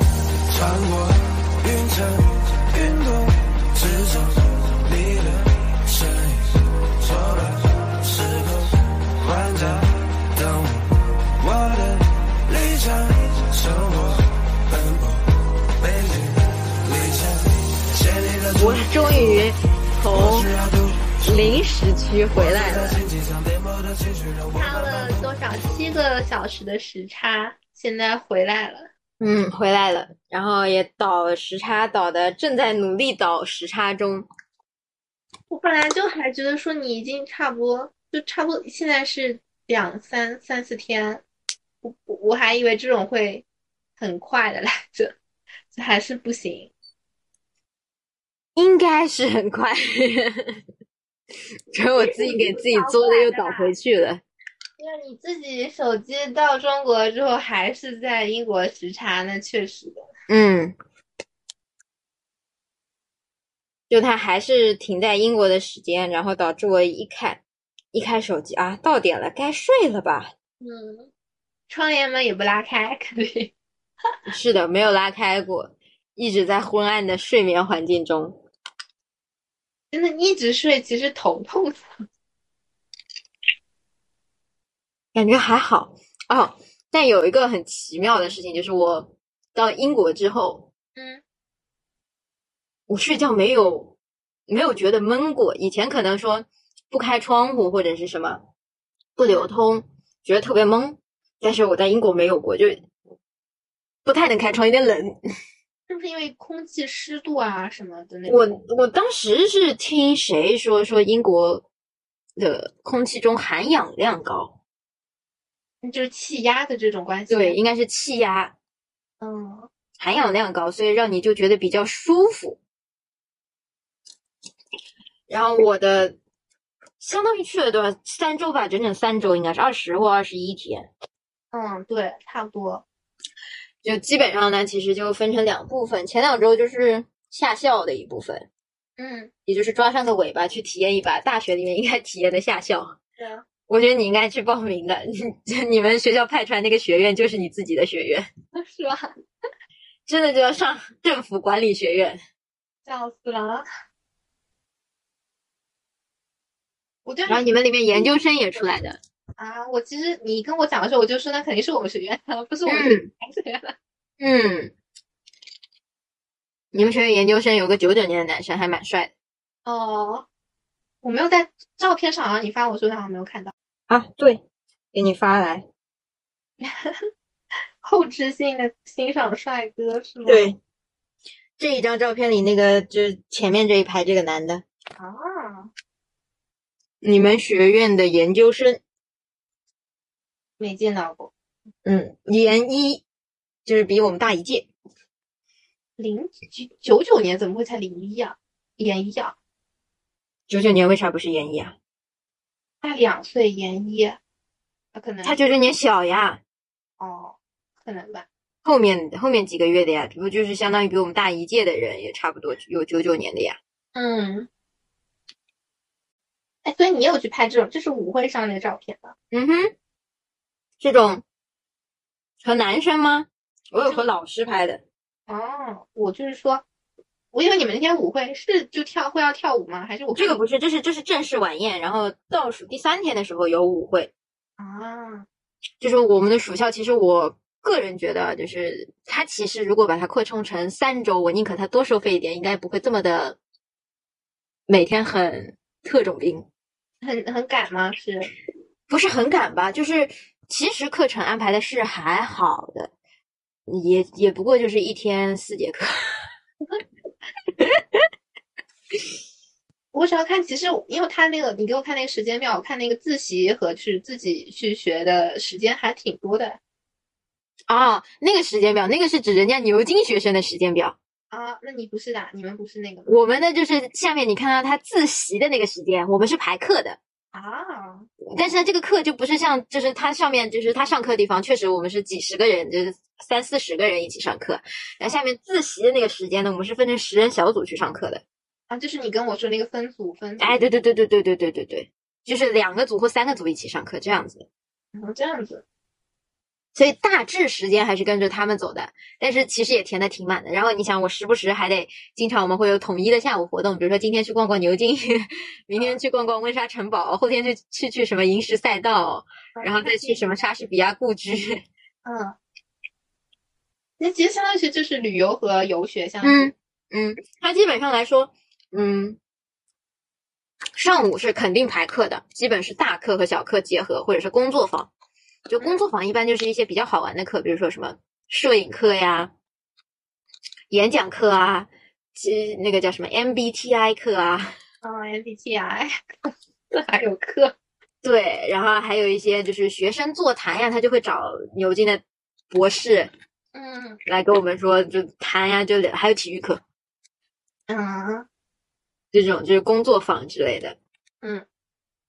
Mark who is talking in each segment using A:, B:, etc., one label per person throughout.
A: 穿过云层，运动之中，你的身影，错乱时空，万家灯火，我的理想，生活奔波，美丽理想，写你的
B: 我终于从
A: 需要读。
B: 零时区回来了，
C: 差了多少？七个小时的时差，现在回来了。
B: 嗯，回来了，然后也倒了时差，倒的正在努力倒时差中。
C: 我本来就还觉得说你已经差不多，就差不多，现在是两三三四天，我我我还以为这种会很快的来着，就还是不行。
B: 应该是很快， 只是我自己给自己作的又倒回去了。
C: 那你自己手机到中国之后还是在英国时差，那确实的。
B: 嗯，就它还是停在英国的时间，然后导致我一看一开手机啊，到点了，该睡了吧？
C: 嗯，窗帘门也不拉开，肯定。
B: 是的，没有拉开过，一直在昏暗的睡眠环境中。
C: 真的，一直睡其实头痛死。
B: 感觉还好哦，但有一个很奇妙的事情，就是我到英国之后，
C: 嗯，
B: 我睡觉没有没有觉得闷过。以前可能说不开窗户或者是什么不流通，觉得特别闷，但是我在英国没有过，就不太能开窗，有点冷。
C: 是不是因为空气湿度啊什么的那种？
B: 我我当时是听谁说说英国的空气中含氧量高，
C: 就是气压的这种关系。
B: 对，，应该是气压。
C: 嗯，
B: 含氧量高，所以让你就觉得比较舒服。然后我的相当于去了多少三周吧，整整三周，应该是二十或二十一天。
C: 嗯，对，差不多。
B: 就基本上呢，其实就分成两部分，前两周就是下校的一部分，
C: 嗯，
B: 也就是抓上个尾巴去体验一把大学里面应该体验的下校。
C: 对啊，
B: 我觉得你应该去报名的， 你你们学校派出来那个学院就是你自己的学院，
C: 是吧？
B: 真的就要上政府管理学院。
C: 笑死了。啊我对
B: 然后你们里面研究生也出来的，
C: 啊，我其实你跟我讲的时候，我就说那肯定是我们学院的，不是我们
B: 嗯
C: 学院的。
B: 嗯，你们学院研究生有个九九年的男生还蛮帅的。
C: 哦，我没有在照片上，好啊像你发我说好像没有看到。
B: 啊，对，给你发来。
C: 后知性的欣赏帅哥是吗？，
B: 对，这一张照片里那个就是前面这一排这个男的，
C: 啊，
B: 你们学院的研究生，
C: 没见到过。
B: 嗯，研一，就是比我们大一届。
C: 零九九九年怎么会才零一啊？研一啊，
B: 九九年为啥不是研一啊？
C: 他两岁研一，啊，可能
B: 他九九年小呀，
C: 哦，可能吧。
B: 后面后面几个月的呀，不就是相当于比我们大一届的人也差不多有九九年的呀。
C: 嗯，哎，所以你有去拍这种，这是舞会上的照片吧？
B: 嗯哼，这种和男生吗？我有和老师拍的。
C: 哦，我就是说，我以为你们那天舞会是就跳会要跳舞吗？还是我
B: 这个不是，这是这是正式晚宴，然后倒数第三天的时候有舞会，
C: 啊？
B: 就是我们的暑校。其实我个人觉得，啊就是它其实如果把它扩充成三周，我宁可它多收费一点，应该不会这么的每天很特种兵，
C: 很很赶吗？是
B: 不是很赶吧？就是其实课程安排的是还好的，也也不过就是一天四节课。
C: 我只要看，其实我因为他那个你给我看那个时间表，我看那个自习和去自己去学的时间还挺多的
B: 啊，那个时间表，那个是指人家牛津学生的时间表，
C: 啊。那你不是的，你们不是那个吗
B: 我们呢就是下面你看到他自习的那个时间，我们是排课的，
C: 啊？
B: 但是呢这个课就不是像就是他上面就是他上课的地方，确实我们是几十个人，就是三四十个人一起上课，然后下面自习的那个时间呢，我们是分成十人小组去上课的。
C: 啊，就是你跟我说那个分组分组，
B: 哎，对对对对对对对对
C: 嗯
B: 对，就是两个组或三个组一起上课这样子。
C: 然后这样子。
B: 所以大致时间还是跟着他们走的，但是其实也填的挺满的。然后你想，我时不时还得经常我们会有统一的下午活动，比如说今天去逛逛牛津， 明天去逛逛温莎城堡，后天去去去什么银石赛道，然后再去什么莎士比亚故居。
C: 嗯，那其实相当于是就是旅游和游学相
B: 嗯
C: 关。
B: 嗯，它基本上来说，嗯，上午是肯定排课的，基本是大课和小课结合，或者是工作坊。就工作坊一般就是一些比较好玩的课，比如说什么摄影课呀、演讲课啊，其那个叫什么 MBTI 课啊，
C: 嗯，MBTI，这 还有课。
B: 对，然后还有一些就是学生座谈呀，他就会找牛津的博士
C: 嗯
B: 来跟我们说，就谈呀，就聊还有体育课
C: 嗯
B: 这种就是工作坊之类的。
C: 嗯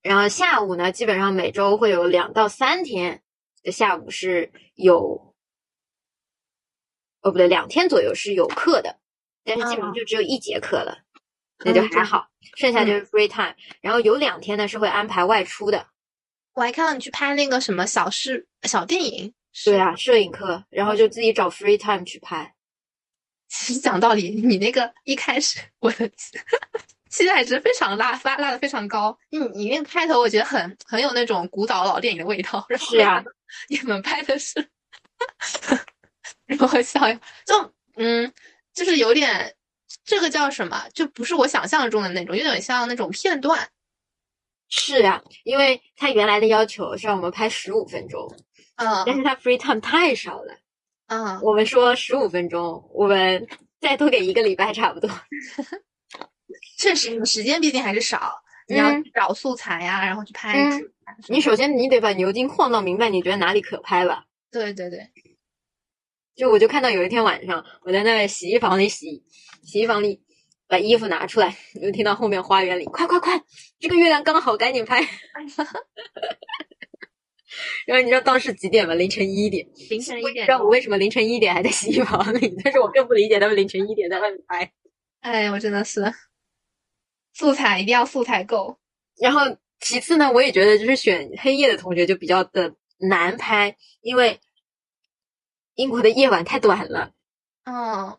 B: 然后下午呢，基本上每周会有两到三天的下午是有，哦不对，两天左右是有课的，但是基本上就只有一节课了，那就
C: 嗯
B: 还好，剩下就是 free time。然后有两天呢是会安排外出的，
C: 我还看到你去拍那个什么小视小电影。
B: 对啊，摄影课，然后就自己找 free time 去拍。
C: 其实讲道理，你那个一开始我的期待值非常拉发拉的非常高。你你那个开头我觉得很很有那种古早老电影的味道，然后
B: 是啊
C: 你们拍的是， 然后我笑就嗯，就是有点这个叫什么，就不是我想象中的那种，有点像那种片段。
B: 是啊，因为他原来的要求是让我们拍十五分钟，但
C: 嗯
B: 是他 free time 太少了，
C: 嗯，
B: 我们说十五分钟，我们再多给一个礼拜差不多。
C: 确实你时间毕竟还是少，你要
B: 嗯
C: 找素材呀、然后去拍。
B: 嗯你首先你得把牛津晃荡明白，你觉得哪里可拍吧？
C: 对对对，
B: 就我就看到有一天晚上，我在那洗衣房里洗，洗衣房里把衣服拿出来，我就听到后面花园里快快快，这个月亮刚好，赶紧拍。然后你知道当时几点吗？凌晨一点。
C: 凌晨
B: 我也不
C: 一点
B: 知道我
C: 钟。
B: 为什么凌晨一点还在洗衣房里，但是我更不理解他们凌晨一点在外面拍。
C: 哎，我真的是素材一定要素材够。
B: 然后其次呢，我也觉得就是选黑夜的同学就比较的难拍，因为英国的夜晚太短了。
C: 嗯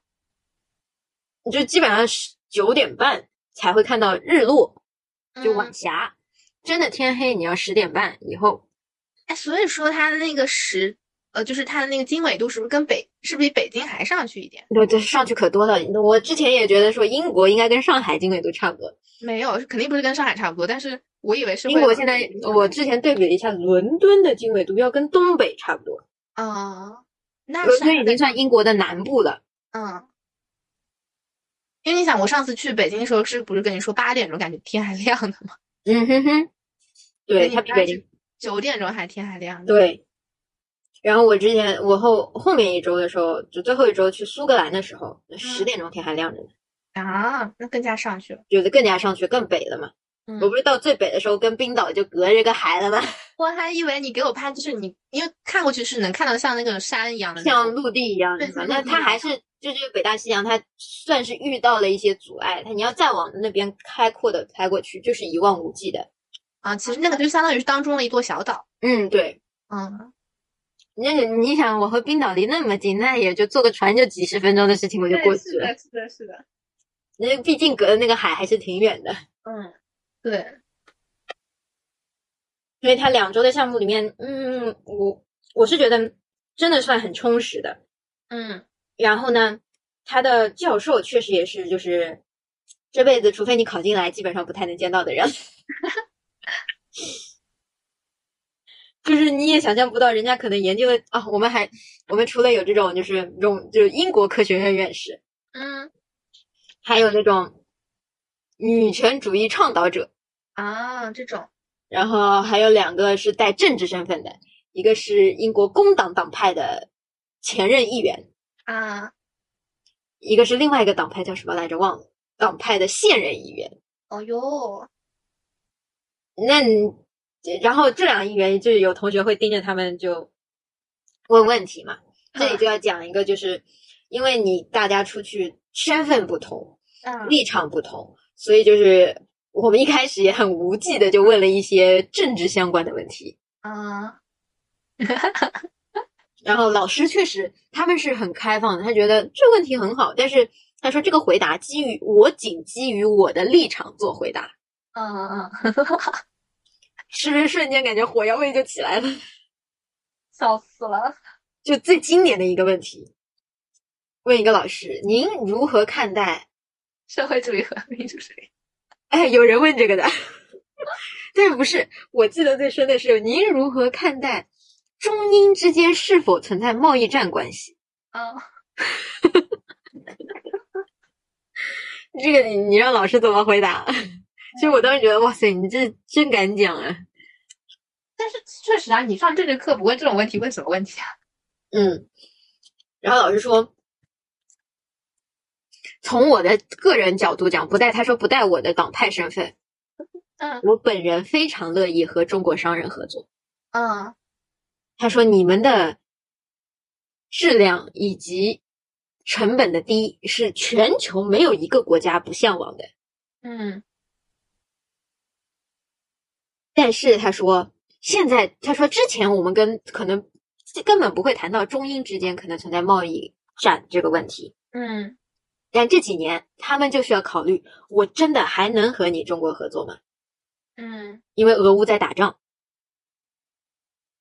B: 你就基本上是九点半才会看到日落，就晚
C: 嗯
B: 霞。真的天黑，你要十点半以后。
C: 哎，所以说它的那个时，呃，就是它的那个经纬度是不是跟北，是不是比北京还上去一点？
B: 对对，上去可多了。我之前也觉得说英国应该跟上海经纬度差不多。
C: 没有，肯定不是跟上海差不多，但是我以为是
B: 英
C: 会
B: 国
C: 往
B: 现在
C: 北，
B: 我之前对比了一下，伦敦的经纬度要跟东北差不多，
C: 嗯，那
B: 伦
C: 是还
B: 敦已经
C: 在
B: 算英国的南部了。
C: 嗯，因为你想，我上次去北京的时候，是不是跟你说八点钟感觉天还亮的吗？
B: 嗯哼哼，对，它比北京
C: 九点钟还天还亮的。
B: 对，然后我之前我后后面一周的时候，就最后一周去苏格兰的时候，
C: 嗯
B: 十点钟天还亮着呢，
C: 啊，那更加上去了。
B: 觉得更加上去更北了嘛。
C: 嗯
B: 我不是到最北的时候跟冰岛就隔着个海了吗？
C: 我还以为你给我拍就是你，因为看过去是能看到像那个山一样的那
B: 像
C: 种
B: 陆地一样的
C: 嗯对
B: 嘛。
C: 像
B: 那
C: 陆地
B: 它
C: 一
B: 还
C: 样
B: 是就这个北大西洋，它算是遇到了一些阻碍。它你要再往那边开阔的开过去，就是一望无际的。
C: 啊，其实那个就相当于是当中的一座小岛。
B: 嗯，对。
C: 嗯，
B: 那个你想，我和冰岛离那么近，那也就坐个船就几十分钟的事情，我就过去了。，
C: 是的，是的，
B: 那毕竟隔的那个海还是挺远的。
C: 嗯，对，
B: 所以它两周的项目里面，嗯，我我是觉得真的算很充实的。
C: 嗯
B: 然后呢，他的教授确实也是，就是这辈子除非你考进来，基本上不太能见到的人。 就是你也想象不到，人家可能研究了啊、我们还我们除了有这种就是这种就是英国科学院院士，
C: 嗯
B: 还有那种女权主义倡导者，
C: 啊，这种
B: 然后还有两个是带政治身份的，一个是英国工党党派的前任议员，
C: 啊，
B: 一个是另外一个党派叫什么来着，忘了，党派的现任议员。
C: 哦哟，
B: 那你然后这两个议员就有同学会盯着他们就问问题嘛，这里就要讲一个，就是因为你大家出去身份不同，
C: 嗯
B: 立场不同，所以就是我们一开始也很无忌的就
D: 嗯
B: 问了一些政治相关的问题。
C: 啊，
B: 然后老师确实他们是很开放的，他觉得这个问题很好，但是他说这个回答基于我仅基于我的立场做回答，
D: 嗯嗯嗯，
B: 是不是瞬间感觉火药味就起来了？
D: 笑死了。
B: 就最经典的一个问题，问一个老师，您如何看待
D: 社会主义和民主主义，
B: 哎，有人问这个的，但不是。我记得最深的是，您如何看待中英之间是否存在贸易战关系？
D: 嗯，
B: 这个你你让老师怎么回答？ 其实我当时觉得，哇塞，你这真敢讲啊！
D: 但是确实啊，你上政治课不问这种问题，问什么问题啊？
B: 嗯，然后老师说，从我的个人角度讲，不带他说不带我的党派身份，
D: 嗯
B: 我本人非常乐意和中国商人合作。
D: 嗯
B: 他说你们的质量以及成本的低是全球没有一个国家不向往的。
D: 嗯
B: 但是他说现在，他说之前我们跟可能根本不会谈到中英之间可能存在贸易战这个问题，
D: 嗯
B: 但这几年他们就需要考虑，我真的还能和你中国合作吗？
D: 嗯
B: 因为俄乌在打仗。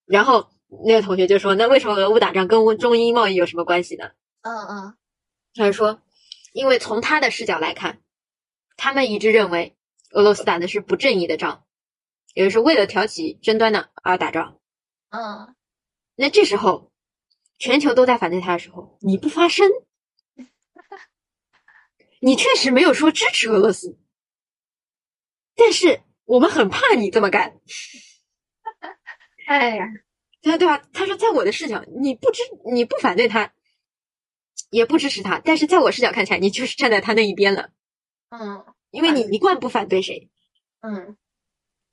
B: 然后那个同学就说：“那为什么俄乌打仗跟中英贸易有什么关系呢？”
D: 嗯嗯
B: 他就说，因为从他的视角来看，他们一致认为俄罗斯打的是不正义的仗，也就是为了挑起争端呢而打仗。
D: 嗯，
B: 那这时候，全球都在反对他的时候，你不发声，你确实没有说支持俄罗斯，但是我们很怕你这么干。
D: 哎呀，
B: 对对吧？他说，在我的视角，你不支，你不反对他，也不支持他，但是在我视角看起来，你就是站在他那一边了。
D: 嗯
B: 因为你一贯不反对谁，
D: 嗯，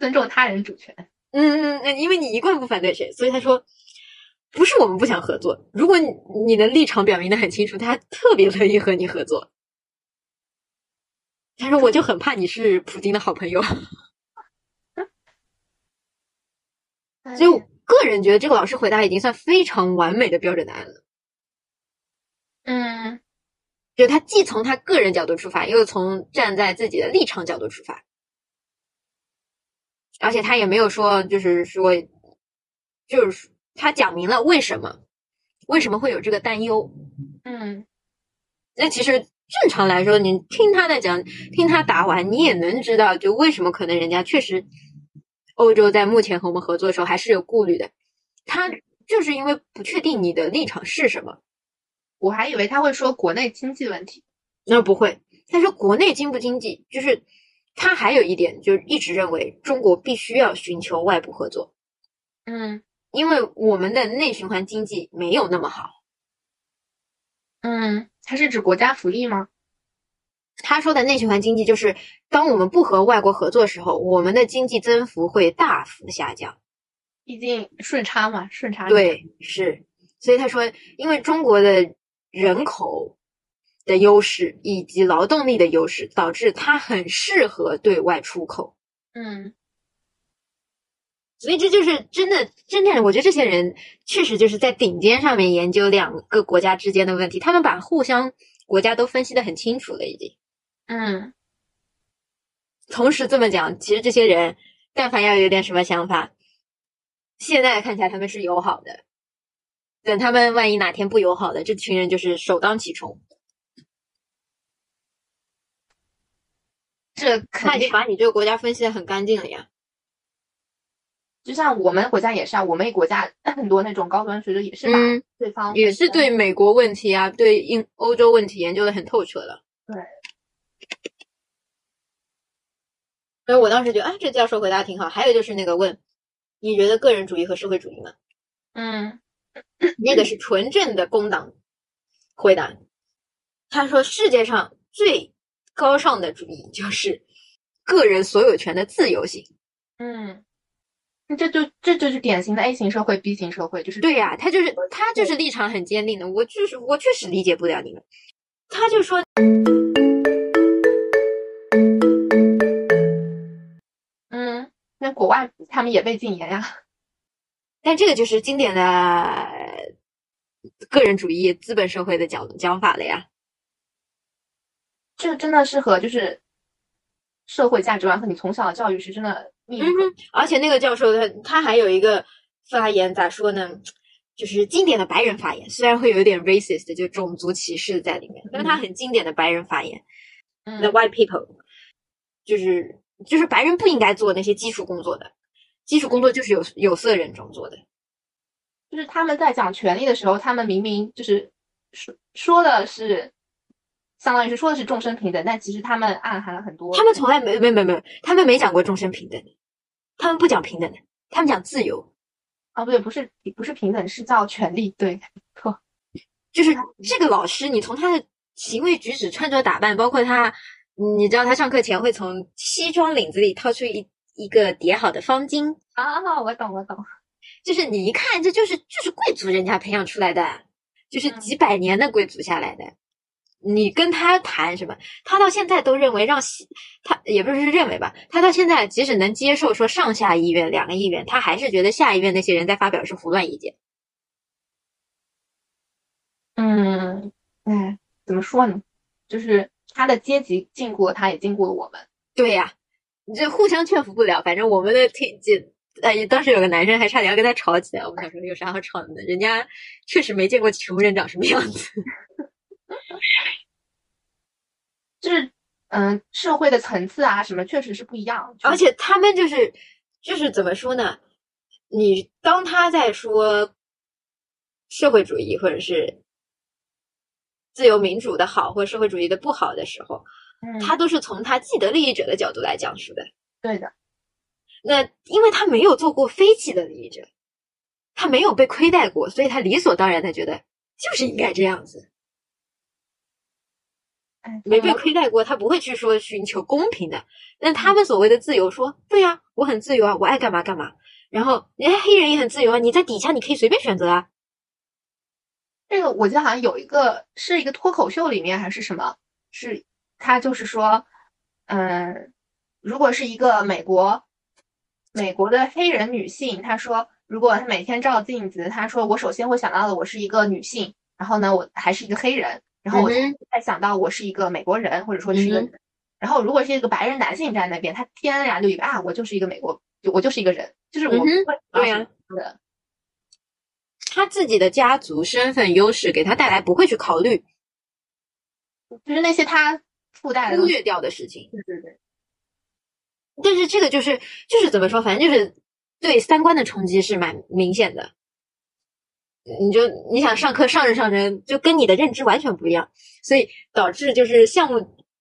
D: 尊重他人主权，
B: 嗯嗯嗯，因为你一贯不反对谁，所以他说不是我们不想合作，如果你你的立场表明的很清楚，他特别乐意和你合作。他说我就很怕你是普京的好朋友，
C: 嗯
B: 所以我
D: 哎
B: 个人觉得这个老师回答已经算非常完美的标准答案了，
D: 嗯
B: 就是他既从他个人角度出发，又从站在自己的立场角度出发，而且他也没有说，就是说，就是说他讲明了为什么，为什么会有这个担忧。
D: 嗯
B: 那其实正常来说，你听他在讲，听他打完，你也能知道，就为什么可能人家确实欧洲在目前和我们合作的时候还是有顾虑的，他就是因为不确定你的立场是什么。
D: 我还以为他会说国内经济问题，
B: 那不会，他说国内经不经济，就是他还有一点，就是一直认为中国必须要寻求外部合作，
D: 嗯
B: 因为我们的内循环经济没有那么好。
D: 嗯，他是指国家福利吗？
B: 他说的内循环经济就是，当我们不和外国合作的时候，我们的经济增幅会大幅下降。
D: 毕竟顺差嘛，顺差利
B: 对，是。所以他说，因为中国的人口的优势以及劳动力的优势，导致它很适合对外出口。
D: 嗯
B: 所以这就是真的，真正我觉得这些人确实就是在顶尖上面研究两个国家之间的问题，他们把互相国家都分析的很清楚了，已经。
D: 嗯
B: 同时这么讲，其实这些人但凡要有点什么想法，现在看起来他们是友好的，等他们万一哪天不友好的，这群人就是首当其冲，
D: 这
B: 他
D: 肯
B: 已经
D: 定，
B: 把你这个国家分析的很干净了呀。
D: 就像我们国家也是啊，我们国家很多那种高端学者也是把
B: 嗯，
D: 对方
B: 也
D: 分
B: 是
D: 成
B: 对美国问题啊，对英欧洲问题研究的很透彻了。
D: 对。
B: 所以我当时觉得，啊，这教授回答挺好。还有就是那个问，你觉得个人主义和社会主义吗？
D: 嗯
B: 那个是纯正的工党回答。他说，世界上最高尚的主义就是个人所有权的自由性。
D: 嗯，这就这就是典型的 A 型社会、B 型社会，就是
B: 对呀、他就是他就是立场很坚定的，我就是我确实理解不了你们。他就说，
D: 嗯，那国外他们也被禁言呀，
B: 但这个就是经典的个人主义资本社会的讲讲法了呀。
C: 这个真的是和就是社会价值观和你从小的教育是真的密不
B: 嗯哼，而且那个教授他他还有一个发言咋说呢？就是经典的白人发言，虽然会有点 racist，就种族歧视在里面，但是他很经典的白人发言。
C: 嗯
B: The white people，就是就是白人不应该做那些基础工作的，基础工作就是有有色人种做的。
C: 就是他们在讲权利的时候，他们明明就是说说的是，相当于是说的是众生平等，但其实他们暗含了很多。
B: 他们从来没没没没，他们没讲过众生平等，他们不讲平等的，他们讲自由。
C: 啊，不对，不是不是平等，是叫权利。对，
B: 就是这个老师，你从他的行为举止、穿着打扮，包括他，你知道他上课前会从西装领子里掏出一一个叠好的方巾，
C: 啊，我懂，我懂。
B: 就是你一看，这就是就是贵族人家培养出来的，就是
C: 嗯
B: 几百年的贵族下来的。你跟他谈什么？他到现在都认为让西，他也不是认为吧，他到现在即使能接受说上下议院两个议院，他还是觉得下议院那些人在发表的是胡乱意见。
C: 嗯，哎，怎么说呢？就是他的阶级禁锢了他，也禁锢了我们。
B: 对呀、你这互相劝服不了。反正我们的听见，呃，当时有个男生还差点要跟他吵起来。我们想说有啥好吵的呢？人家确实没见过穷人长什么样子。
C: 就是，嗯，社会的层次啊，什么确实是不一样。
B: 而且他们就是就是怎么说呢？你当他在说社会主义或者是自由民主的好，或者社会主义的不好的时候，
C: 嗯，
B: 他都是从他既得利益者的角度来讲述的。
C: 对的，
B: 那因为他没有做过非既得利益者，他没有被亏待过，所以他理所当然的觉得就是应该这样子。
C: 哎，
B: 没被
C: 嗯
B: 亏待过，他不会去说寻求公平的。那他们所谓的自由说，对呀、我很自由啊，我爱干嘛干嘛。然后人家黑人也很自由啊，你在底下你可以随便选择啊。
C: 这个我记得好像有一个是一个脱口秀里面还是什么，是他就是说，嗯，如果是一个美国美国的黑人女性，她说如果她每天照镜子，她说我首先会想到的我是一个女性，然后呢我还是一个黑人，然后我
B: 嗯
C: 再想到我是一个美国人或者说是一个
B: 嗯
C: 然后如果是一个白人男性站在那边，他天然就以为啊我就是一个美国，就我就是一个人，就是我
B: 嗯
C: 不
B: 哼
C: 会
B: 对呀
C: 的，
B: 他自己的家族身份优势给他带来不会去考虑
C: 就是那些他附带的
B: 忽
C: 东西，
B: 略掉的事情。
C: 对对对。
B: 但是这个就是就是怎么说，反正就是对三观的冲击是蛮明显的。你就你想上课上着上着，就跟你的认知完全不一样，所以导致就是项目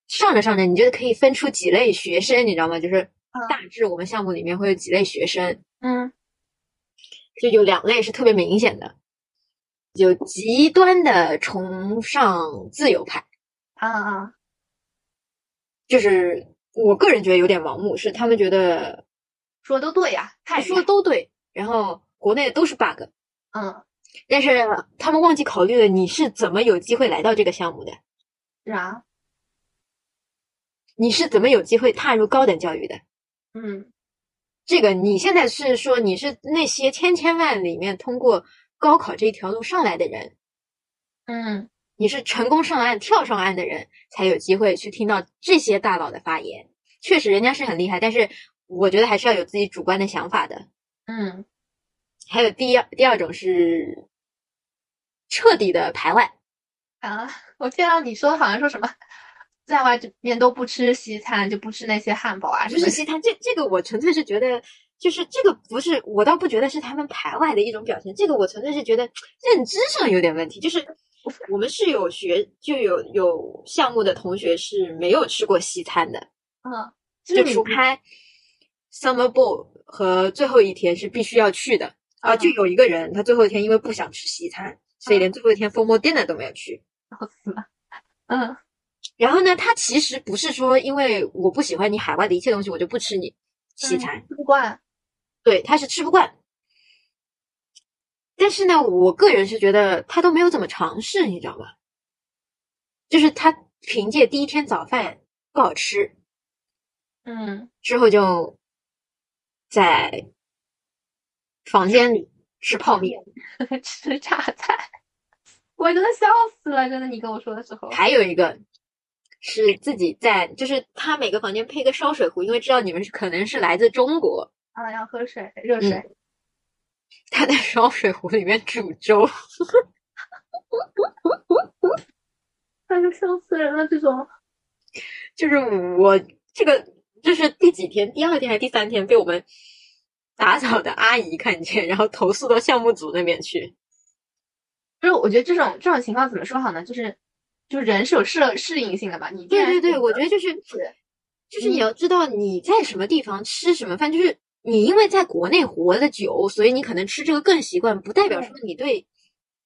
B: 上着上着，你就可以分出几类学生，你知道吗？就是大致我们项目里面会有几类学生，
C: 嗯，
B: 就有两类是特别明显的，有极端的崇尚自由派，
C: 啊啊，
B: 就是我个人觉得有点盲目，是他们觉得
C: 说的都对呀、
B: 他
C: 太
B: 说的都对，然后国内都是 bug，
C: 嗯，
B: 但是他们忘记考虑了你是怎么有机会来到这个项目的，
C: 是啊，
B: 你是怎么有机会踏入高等教育的。
C: 嗯
B: 这个你现在是说你是那些千千万里面通过高考这一条路上来的人，
C: 嗯，
B: 你是成功上岸、跳上岸的人，才有机会去听到这些大佬的发言。确实，人家是很厉害，但是我觉得还是要有自己主观的想法的。
C: 嗯
B: 还有第二第二种是彻底的排外，
C: 啊，我听到你说好像说什么，在外这边都不吃西餐，就不吃那些汉堡啊什
B: 不
C: 么
B: 是
C: 的。
B: 西餐，这这个我纯粹是觉得，就是这个不是，我倒不觉得是他们排外的一种表现，这个我纯粹是觉得认知上有点问题。就是我们是有学就有有项目的同学是没有吃过西餐的，
C: 嗯，就
B: 就是
C: 你
B: 除开 summer ball 和最后一天是必须要去的啊，
C: 嗯
B: 就有一个人他最后一天因为不想吃西餐，所以
C: 嗯
B: 连最后一天 formal dinner 都没有去。
C: 笑死了。嗯
B: 然后呢，他其实不是说因为我不喜欢你海外的一切东西，我就不吃你西
C: 嗯
B: 餐。
C: 吃不惯。
B: 对，他是吃不惯。但是呢，我个人是觉得他都没有怎么尝试，你知道吗？就是他凭借第一天早饭不好吃，
C: 嗯
B: 之后就在房间里吃泡面，
C: 吃榨菜。我真的笑死了，真的，你跟我说的时候，
B: 还有一个是自己在，就是他每个房间配个烧水壶，因为知道你们是可能是来自中国，
C: 啊，要喝水，热
B: 嗯
C: 水，
B: 他在烧水壶里面煮粥。
C: 哎呀， 笑死人了，这种，
B: 就是我这个，就是第几天，第二天还是第三天被我们打扫的阿姨看见，然后投诉到项目组那边去。
C: 就是我觉得这种这种情况怎么说好呢？就是，就是人是有适适应性的吧，你
B: 对对对，我觉得就是
C: 是
B: 就是你要知道你在什么地方吃什么饭，就是你因为在国内活得久，所以你可能吃这个更习惯，不代表
C: 对
B: 说你对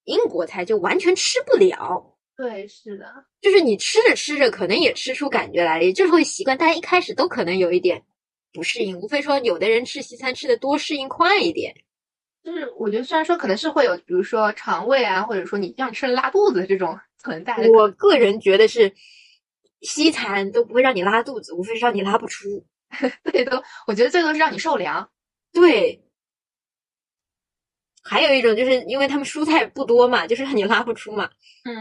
B: 英国菜就完全吃不了。
C: 对是的，
B: 就是你吃着吃着，可能也吃出感觉来了，也就是会习惯。大家一开始都可能有一点不适应，无非说有的人吃西餐吃的多，适应快一点。
C: 就是我觉得虽然说可能是会有，比如说肠胃啊，或者说你让你吃了拉肚子这种 存在的，
B: 我个人觉得是西餐都不会让你拉肚子，无非是让你拉不出。
C: 对都，我觉得最多是让你受凉，
B: 对，还有一种就是因为他们蔬菜不多嘛，就是让你拉不出嘛。
C: 嗯，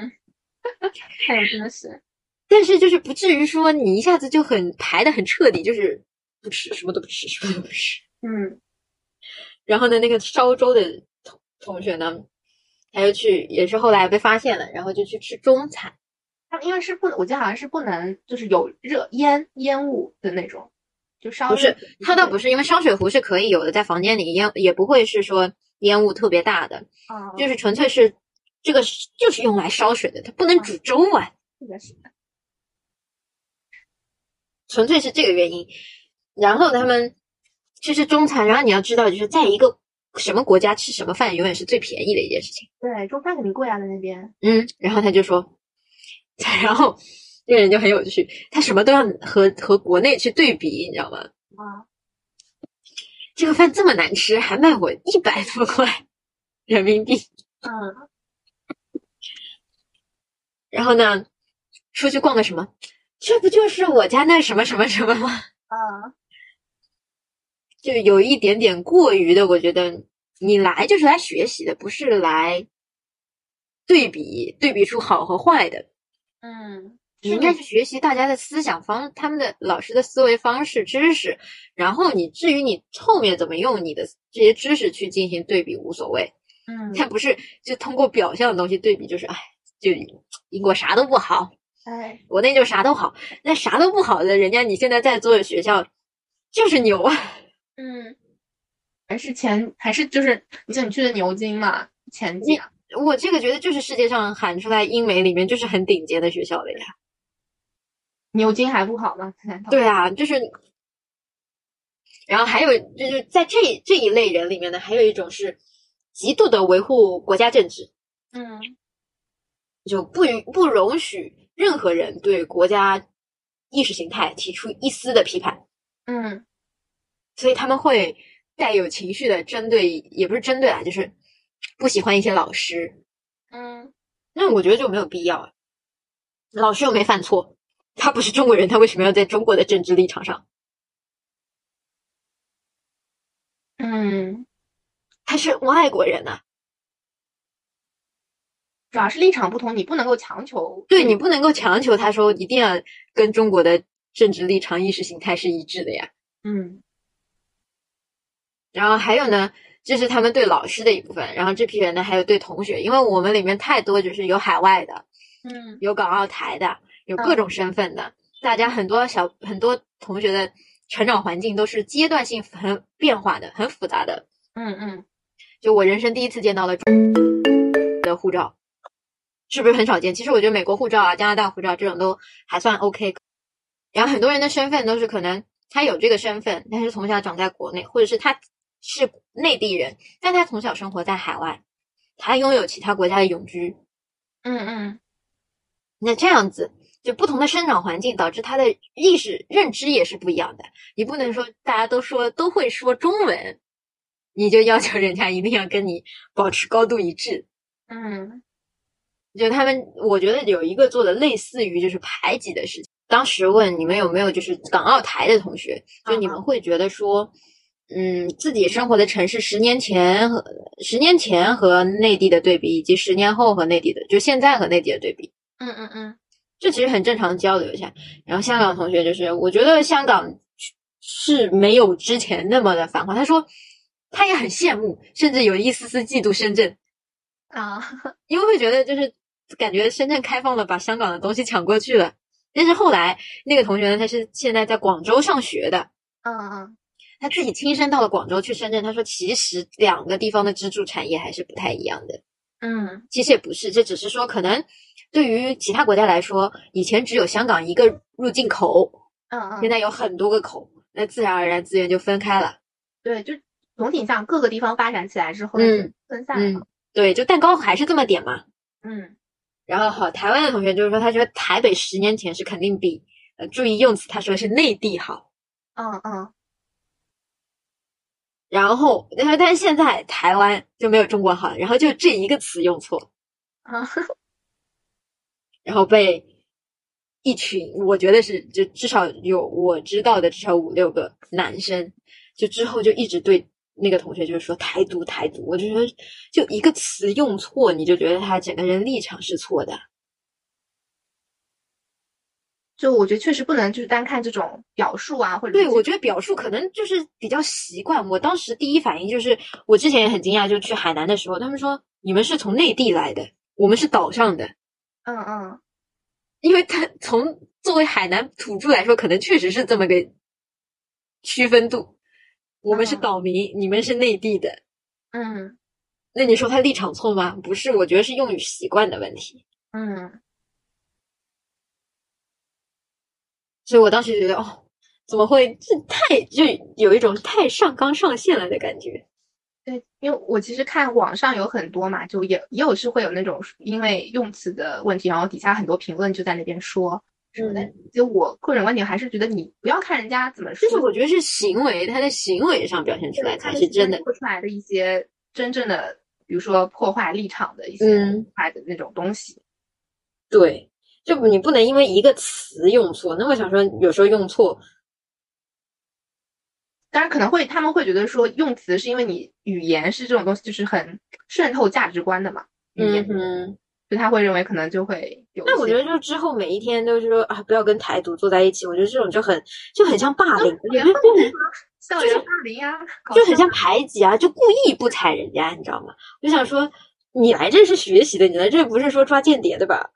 C: 哎，真的是，
B: 但是就是不至于说你一下子就很排的很彻底，就是不吃什么都不吃，什么都不吃。
C: 嗯，
B: 然后呢，那个烧粥的同同学呢，他就去，也是后来被发现了，然后就去吃中餐。
C: 他们应该是不，我记得好像是不能，就是有热烟烟雾的那种，就烧
B: 不是
C: 热水
B: 他倒不是因为烧水壶是可以有的，在房间里烟也不会是说烟雾特别大的，
C: 啊，
B: 就是纯粹是这个是就是用来烧水的，它不能煮粥啊，
C: 是的，是的，
B: 纯粹是这个原因。然后他们去吃中餐，然后你要知道，就是在一个什么国家吃什么饭，永远是最便宜的一件事情。
C: 对，中餐肯定贵啊，在那边，
B: 嗯，然后他就说， 然后这个人就很有趣，他什么都要和和国内去对比，你知道吗？
C: 啊，
B: 这个饭这么难吃，还卖我一百多块人民币。
C: 嗯，
B: 然后呢，出去逛个什么？这不就是我家那什么什么什么吗？嗯
C: 啊，
B: 就有一点点过于的，我觉得你来就是来学习的，不是来对比对比出好和坏的。
C: 嗯，
B: 你
C: 是
B: 应该
C: 你
B: 是学习大家的思想方，他们的老师的思维方式、知识，然后你至于你后面怎么用你的这些知识去进行对比无所谓，
C: 嗯，
B: 但不是就通过表象的东西对比，就是哎，就英国啥都不好，
C: 哎，
B: 国内就啥都好，那啥都不好的人家你现在在做的学校就是牛啊，
C: 嗯，还是前，还是就是，你像你去的牛津嘛，前几啊，
B: 我这个觉得就是世界上喊出来英美里面就是很顶尖的学校了呀，
C: 牛津还不好吗？难道，
B: 对啊，就是。然后还有就是在这这一类人里面呢，还有一种是极度的维护国家政治，
C: 嗯，
B: 就不允不容许任何人对国家意识形态提出一丝的批判，
C: 嗯，
B: 所以他们会带有情绪的针对，也不是针对啊，就是不喜欢一些老师。
C: 嗯，
B: 那我觉得就没有必要啊，老师又没犯错，他不是中国人，他为什么要在中国的政治立场上？
C: 嗯，
B: 他是外国人呐、
C: 主要是立场不同，你不能够强求，
B: 对你不能够强求他说一定要跟中国的政治立场、意识形态是一致的呀。
C: 嗯，
B: 然后还有呢，这是他们对老师的一部分，然后这批人呢还有对同学，因为我们里面太多就是有海外的，
C: 嗯，
B: 有港澳台的，有各种身份的，大家很多小很多同学的成长环境都是阶段性很变化的，很复杂的。
C: 嗯，嗯，
B: 就我人生第一次见到了的护照，是不是很少见？其实我觉得美国护照啊、加拿大护照这种都还算 OK。然后很多人的身份都是可能他有这个身份，但是从小长在国内，或者是他是内地人，但他从小生活在海外，他拥有其他国家的永居。
C: 嗯，嗯，
B: 那这样子，就不同的生长环境导致他的意识认知也是不一样的。你不能说大家都说都会说中文，你就要求人家一定要跟你保持高度一致。
C: 嗯，
B: 就他们，我觉得有一个做的类似于就是排挤的事情。当时问你们有没有就是港澳台的同学，就你们会觉得说，嗯，自己生活的城市十年前和十年前和内地的对比，以及十年后和内地的，就现在和内地的对比，
C: 嗯嗯嗯，
B: 这其实很正常交流一下。然后香港同学就是，我觉得香港是没有之前那么的繁华。他说他也很羡慕，甚至有一丝丝嫉妒深圳，
C: 啊，
B: 因为会觉得就是感觉深圳开放了，把香港的东西抢过去了。但是后来那个同学呢，他是现在在广州上学的，
C: 嗯嗯，
B: 他自己亲身到了广州去深圳，他说其实两个地方的支柱产业还是不太一样的。
C: 嗯
B: 其实也不是，这只是说可能对于其他国家来说，以前只有香港一个入境口，
C: 嗯
B: 现
C: 嗯，
B: 在有很多个口，那自然而然资源就分开了。
C: 对，就总体上各个地方发展起来之后，
B: 嗯
C: 分散
B: 嗯
C: 了，，
B: 对，就蛋糕还是这么点嘛。
C: 嗯
B: 然后好，台湾的同学就是说，他觉得台北十年前是肯定比，呃，注意用词，他说是内地好。
C: 嗯嗯，
B: 然后，但是但是现在台湾就没有中国好，然后就这一个词用错，
C: 啊，
B: 然后被一群，我觉得是就至少有我知道的至少五六个男生，就之后就一直对那个同学就是说台独台独，我就觉得就一个词用错，你就觉得他整个人立场是错的。
C: 就我觉得确实不能就是单看这种表述啊，或者
B: 对，
C: 是
B: 我觉得表述可能就是比较习惯。我当时第一反应就是，我之前也很惊讶，就去海南的时候，他们说你们是从内地来的，我们是岛上的，
C: 嗯嗯
B: 因为他从作为海南土著来说，可能确实是这么个区分度。我们是
C: 嗯
B: 岛民，你们是内地的。
C: 嗯
B: 那你说他立场错吗？不是，我觉得是用语习惯的问题。
C: 嗯，
B: 所以我当时觉得，哦，怎么会这太就有一种太上纲上线了的感觉？
C: 对，因为我其实看网上有很多嘛，就也也有是会有那种因为用词的问题，然后底下很多评论就在那边说什么的。就我个人观点，还是觉得你不要看人家怎么说，
B: 嗯就是我觉得是行为，他的行为上表现出来
C: 他
B: 才是真的。
C: 做出来的一些真正的，比如说破坏立场的一些
B: 嗯
C: 破坏的那种东西。
B: 对，就你不能因为一个词用错。那我想说，有时候用错，
C: 当然可能会他们会觉得说用词是因为你语言是这种东西，就是很渗透价值观的嘛，语言，
B: 嗯哼。
C: 就他会认为可能就会有一些。
B: 那我觉得，就之后每一天都是说啊，不要跟台独坐在一起。我觉得这种就很就很像
C: 哦
B: 霸凌，有没有变成
C: 啊校
B: 就是
C: 园霸凌呀，搞
B: 就很
C: 笑
B: 像排挤啊？就故意不踩人家，你知道吗？我就想说，你来这是学习的，你来这不是说抓间谍的吧？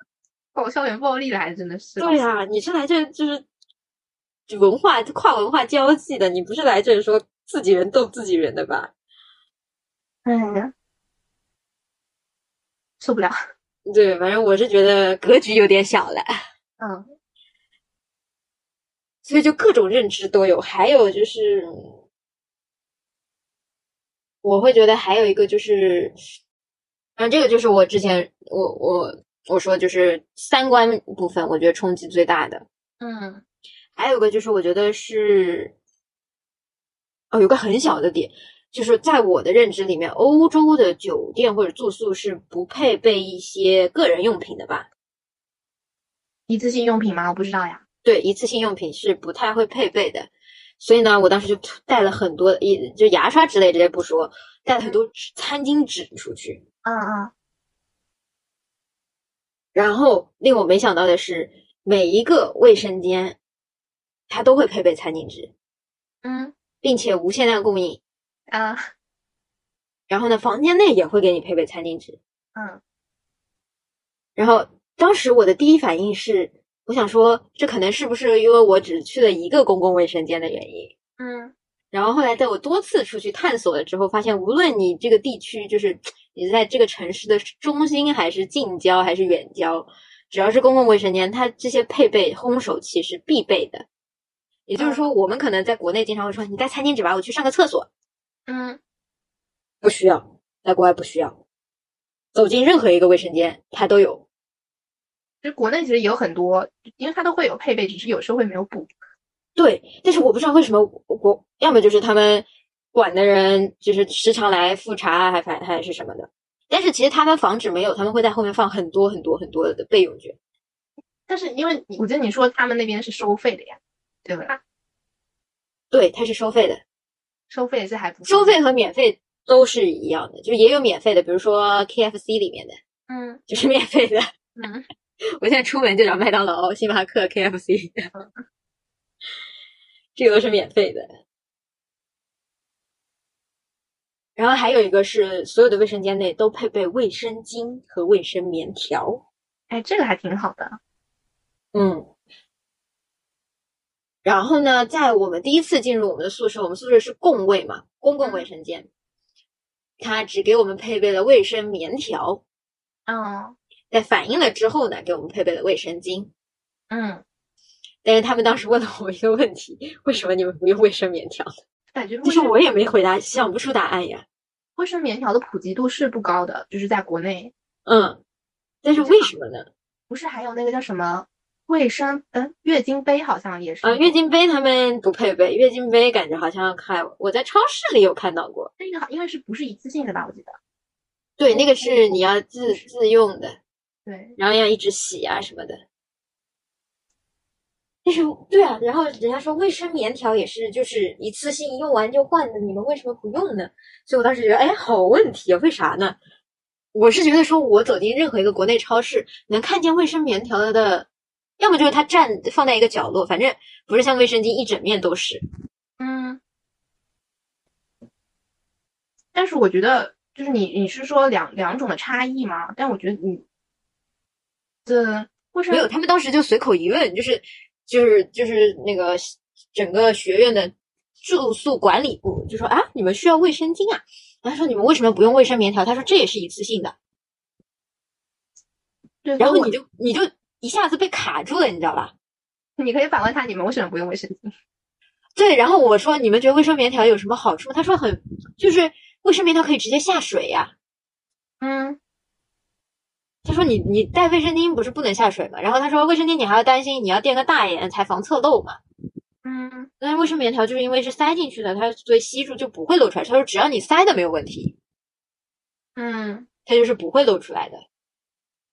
C: 搞校园暴力来，真的是。
B: 对呀、你是来这就是文化跨文化交际的，你不是来这说自己人斗自己人的吧？
C: 哎呀，受不了。
B: 对，反正我是觉得格局有点小了。
C: 嗯
B: 所以就各种认知都有。还有就是，我会觉得还有一个就是，嗯，这个就是我之前我我我说就是三观部分，我觉得冲击最大的。
C: 嗯
B: 还有一个就是我觉得是，哦，有个很小的点。就是在我的认知里面，欧洲的酒店或者住宿是不配备一些个人用品的吧？
C: 一次性用品吗？我不知道呀。
B: 对，一次性用品是不太会配备的，所以呢，我当时就带了很多，一就牙刷之类这些不说，带了很多纸餐巾纸出去。
C: 嗯嗯
B: 然后令我没想到的是，每一个卫生间它都会配备餐巾纸，
C: 嗯
B: 并且无限量供应。
C: 啊
B: 然后呢，房间内也会给你配备餐巾纸。
C: 嗯
B: 然后当时我的第一反应是，我想说，这可能是不是因为我只去了一个公共卫生间的原因？
C: 嗯
B: 然后后来在我多次出去探索了之后，发现无论你这个地区，就是你在这个城市的中心，还是近郊，还是远郊，只要是公共卫生间，它这些配备烘手器是必备的。也就是说，我们可能在国内经常会说，你带餐巾纸吧，我去上个厕所，
C: 嗯
B: 不需要，在国外不需要。走进任何一个卫生间，它都有。
C: 就国内其实也有很多，因为它都会有配备，只是有时候会没有补。
B: 对，但是我不知道为什么我我要么就是他们管的人就是时常来复查，啊还反还是什么的。但是其实他们防止没有，他们会在后面放很多很多很多的备用卷。
C: 但是因为你我记得你啊说他们那边是收费的呀，对吧？
B: 对，它是收费的。
C: 收费是还不错
B: 收费和免费都是一样的，就是也有免费的，比如说 KFC 里面的
C: 嗯
B: 就是免费的。
C: 嗯，
B: 我现在出门就找麦当劳、星巴克、KFC，这个都是免费的。然后还有一个是所有的卫生间内都配备卫生巾和卫生棉条。
C: 哎，这个还挺好的。
B: 嗯，然后呢，在我们第一次进入我们的宿舍，我们宿舍是共卫嘛，公共卫生间，他只给我们配备了卫生棉条，
C: 嗯
B: 在反应了之后呢，给我们配备了卫生巾。
C: 嗯，
B: 但是他们当时问了我一个问题：为什么你们不用卫生棉条？
C: 感觉
B: 就
C: 卫
B: 是
C: 生
B: 我也没回答，想不出答案呀。
C: 卫生棉条的普及度是不高的，就是在国内，
B: 嗯，但是为什么呢？
C: 不是还有那个叫什么卫生嗯月经杯，好像也是
B: 啊，
C: 一个
B: 月经杯他们不配备，月经杯感觉好像看我在超市里有看到过。
C: 那个好应该是不是一次性的吧？我记得
B: 对，那个是你要自自用的，
C: 对，
B: 然后要一直洗啊什么的。但是对啊，然后人家说卫生棉条也是就是一次性用完就换的，你们为什么不用呢？所以我当时觉得，哎，好问题啊，为啥呢？我是觉得说，我走进任何一个国内超市，能看见卫生棉条的，要么就是它站放在一个角落，反正不是像卫生巾一整面都是。
C: 嗯，但是我觉得就是你你是说两两种的差异吗？但我觉得你的卫生
B: 没有，他们当时就随口一问，就是就是就是那个整个学院的住宿管理部就说啊，你们需要卫生巾啊？然后说你们为什么不用卫生棉条？他说这也是一次性的。
C: 对，
B: 然
C: 所
B: 后
C: 以我
B: 你就你就一下子被卡住了，你知道吧？
C: 你可以反问他，你们为什么不用卫生巾？
B: 对，然后我说你们觉得卫生棉条有什么好处？他说很就是卫生棉条可以直接下水呀、
C: 嗯，
B: 他说你你带卫生巾不是不能下水吗？然后他说卫生巾你还要担心你要垫个大一点才防侧漏嘛。
C: 嗯，
B: 但是卫生棉条就是因为是塞进去的，它所以吸住就不会漏出来。他说只要你塞的没有问题，
C: 嗯，
B: 它就是不会漏出来的。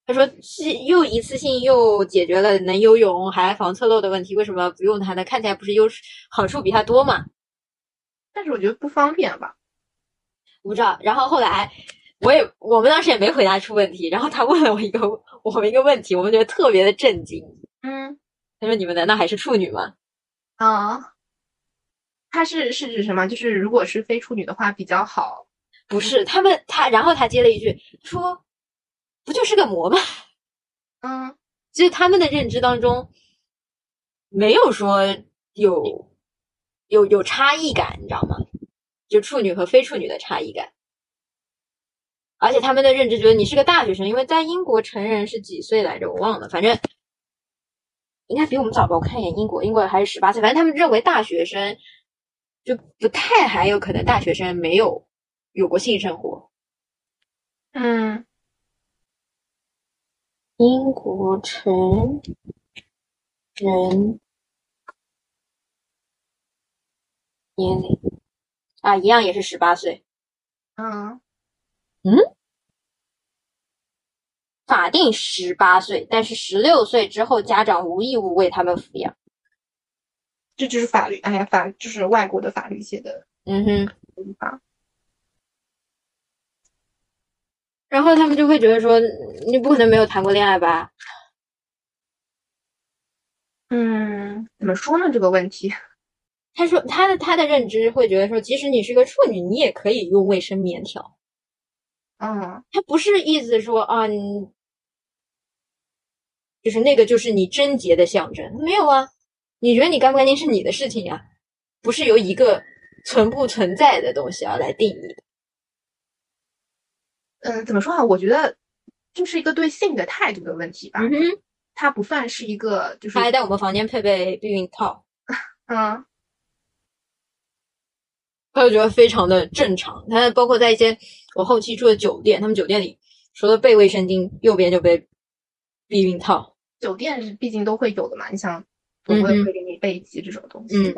B: 他说是又一次性又解决了能游泳还防侧漏的问题，为什么不用它呢？看起来不是优势好处比它多嘛？
C: 但是我觉得不方便吧。
B: 我不知道。然后后来我也我们当时也没回答出问题，然后他问了我一个我们一个问题，我们觉得特别的震惊。
C: 嗯，
B: 他说你们难道还是处女吗？
C: 啊，它是是指什么？就是如果是非处女的话比较好。
B: 不是，他们他然后他接了一句说不就是个膜吗？
C: 嗯，
B: 就是他们的认知当中，没有说有有有差异感，你知道吗？就处女和非处女的差异感。而且他们的认知觉得你是个大学生，因为在英国成人是几岁来着？我忘了，反正应该比我们早吧。我看一眼英国，英国还是十八岁，反正他们认为大学生就不太还有可能大学生没有有过性生活。
C: 嗯，
B: 英国成人年龄啊，一样也是十八岁。
C: 嗯，
B: 法定十八岁，但是十六岁之后，家长无义务为他们抚养。
C: 这就是法律。哎呀，法就是外国的法律写的
B: 嗯哼，
C: 地方。
B: 然后他们就会觉得说，你不可能没有谈过恋爱吧？
C: 嗯，怎么说呢？这个问题，
B: 他说他的他的认知会觉得说，即使你是个处女，你也可以用卫生棉条。
C: 嗯
B: 他不是意思说啊，你就是那个就是你贞洁的象征，没有啊。你觉得你干不干净是你的事情啊，不是由一个存不存在的东西要来定义的。
C: 嗯，怎么说啊？我觉得就是一个对性的态度的问题吧。
B: 嗯哼，
C: 它不算是一个，就是
B: 他还在我们房间配备避孕套，
C: 嗯
B: 他就觉得非常的正常。他包括在一些我后期住的酒店，他们酒店里除了备卫生巾，右边就备避孕套。
C: 酒店是毕竟都会有的嘛，你想，我
B: 嗯
C: 也
B: 嗯
C: 会给你备一些这种东西。
B: 嗯，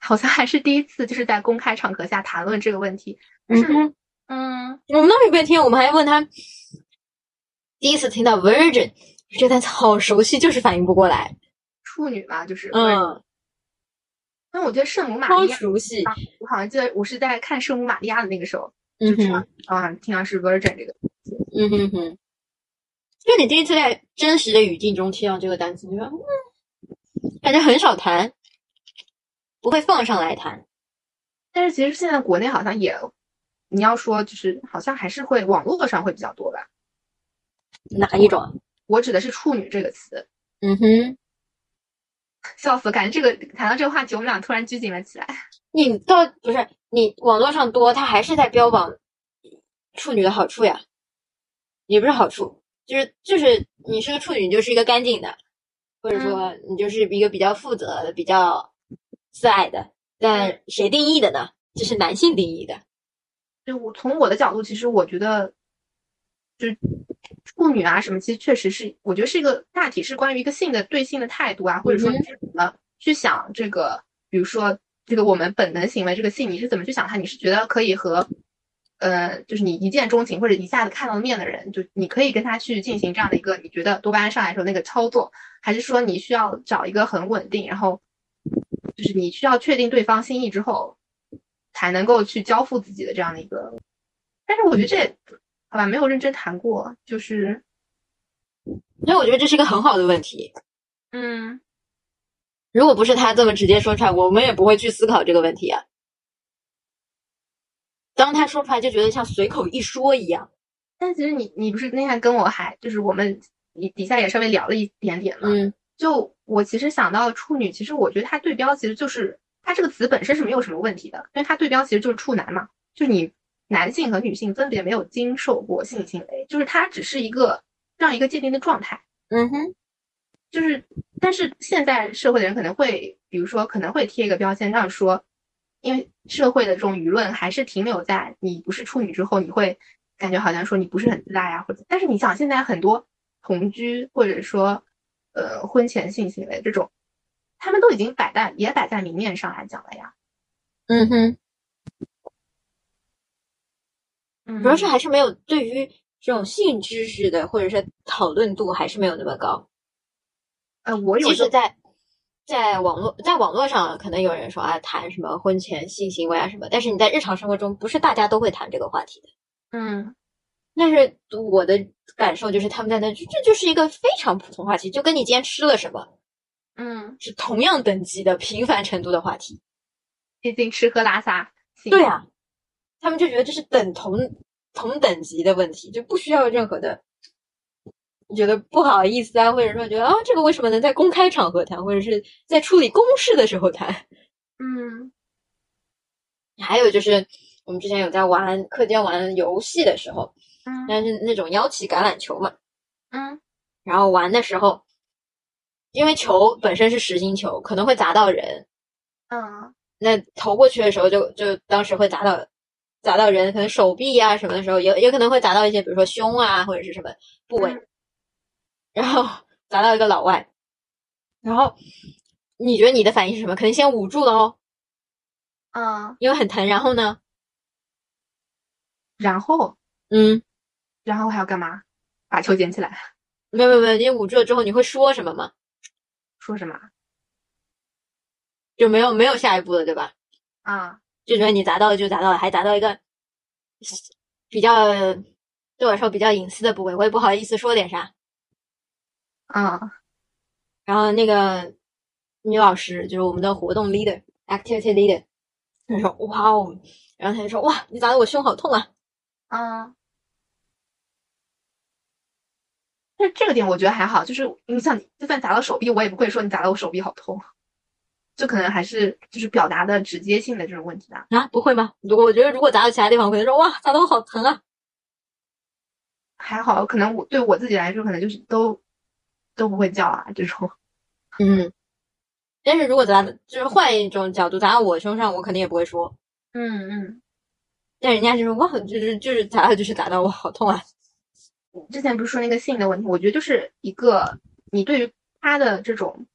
C: 好像还是第一次，就是在公开场合下谈论这个问题。但是，
B: 哼，
C: 嗯，
B: 我们当时被听，我们还问他，第一次听到 virgin 这个单词好熟悉，就是反应不过来。
C: 处女嘛，就是，
B: 嗯，
C: 那我觉得圣母玛
B: 超
C: 利亚，
B: 熟悉，
C: 我好像记得我是在看圣母玛利亚的那个时候，
B: 嗯
C: 知
B: 哼
C: 道，啊，听到是 Virgin 这个，
B: 嗯哼哼。就你第一次在真实的语境中听到这个单词，你说，嗯，感觉很少谈，不会放上来谈。
C: 但是其实现在国内好像也，你要说就是好像还是会网络上会比较多吧。
B: 哪一种啊？
C: 我指的是“处女”这个词，
B: 嗯哼，
C: 笑死！感觉这个谈到这个话题，我们俩突然拘谨了起来。
B: 你到不是你网络上多，他还是在标榜处女的好处呀，也不是好处，就是就是你是个处女，你就是一个干净的，或者说你就是一个比较负责的、比较自爱的。但谁定义的呢？这是男性定义的。
C: 就我从我的角度，其实我觉得，就是处女啊什么，其实确实是，我觉得是一个大体是关于一个性的对性的态度啊，或者说
B: 嗯
C: 你是怎么去想这个，比如说这个我们本能行为这个性，你是怎么去想它？你是觉得可以和，呃，就是你一见钟情或者一下子看到面的人，就你可以跟他去进行这样的一个你觉得多巴胺上来的时候那个操作，还是说你需要找一个很稳定，然后就是你需要确定对方心意之后，才能够去交付自己的这样的一个。但是我觉得这也好吧，没有认真谈过，就是
B: 所以我觉得这是一个很好的问题。
C: 嗯，
B: 如果不是他这么直接说出来，我们也不会去思考这个问题啊。当他说出来，就觉得像随口一说一样。
C: 但其实你你不是那天跟我还就是我们你底下也稍微聊了一点点嘛，
B: 嗯
C: 就我其实想到处女，其实我觉得它对标其实就是它这个词本身是没有什么问题的，因为它对标其实就是处男嘛，就你男性和女性分别没有经受过性行为，就是它只是一个这样一个界定的状态。
B: 嗯哼，
C: 就是，但是现在社会的人可能会，比如说可能会贴一个标签，让说，因为社会的这种舆论还是停留在你不是处女之后，你会感觉好像说你不是很自大呀，或者，但是你想现在很多同居或者说呃婚前性行为这种，他们都已经摆在也摆在明面上来讲了呀，
B: 嗯哼，
C: 嗯
B: 主要是还是没有对于这种性知识的或者是讨论度还是没有那么高。
C: 呃，我有
B: 即
C: 时候
B: 使在在网络在网络上，可能有人说啊谈什么婚前性行为啊什么，但是你在日常生活中不是大家都会谈这个话题的。
C: 嗯。
B: 但是我的感受就是他们在那这就是一个非常普通话题，就跟你今天吃了什么。
C: 嗯，
B: 是同样等级的平凡程度的话题。
C: 毕竟吃喝拉撒，性
B: 对啊，他们就觉得这是等同同等级的问题，就不需要任何的觉得不好意思啊，或者说觉得啊这个为什么能在公开场合谈，或者是在处理公事的时候谈。
C: 嗯
B: 还有就是我们之前有在玩课间玩游戏的时候，
C: 嗯
B: 但是那种腰旗橄榄球嘛，
C: 嗯
B: 然后玩的时候。因为球本身是实心球，可能会砸到人，
C: 嗯
B: 那投过去的时候就，就当时会砸到砸到人，可能手臂呀、什么的时候，也也可能会砸到一些，比如说胸啊或者是什么部位，然后 砸到一个老外，然后你觉得你的反应是什么？可能先捂住了哦，
C: 嗯，
B: 因为很疼。然后呢，
C: 然后
B: 嗯，
C: 然后还要干嘛？把球捡起来，
B: 没有没有没有，你捂住了之后你会说什么吗？
C: 说什么
B: 就没有没有下一步了，对吧？
C: 啊？
B: 就觉得你砸到了就砸到了，还砸到一个 比较对我来说比较隐私的部位，我也不好意思说点啥。
C: 啊
B: 然后那个女老师就是我们的活动 leader activity leader，她说哇哦，然后她就说哇，你砸的我胸好痛啊，
C: 啊！但是这个点我觉得还好，就是你想，就算砸到手臂，我也不会说你砸到我手臂好痛，就可能还是就是表达的直接性的这种问题吧。
B: 啊不会吗？如果我觉得如果砸到其他地方，我可能说哇，砸的我好疼啊，
C: 还好，可能我对我自己来说，可能就是都都不会叫啊这种。
B: 嗯。但是如果砸的就是换一种角度砸到我胸上，我肯定也不会说。
C: 嗯嗯。
B: 但人家就是哇，就是就是砸到就是砸到我好痛啊，
C: 之前不是说那个性的问题，我觉得就是一个你对于他的这种，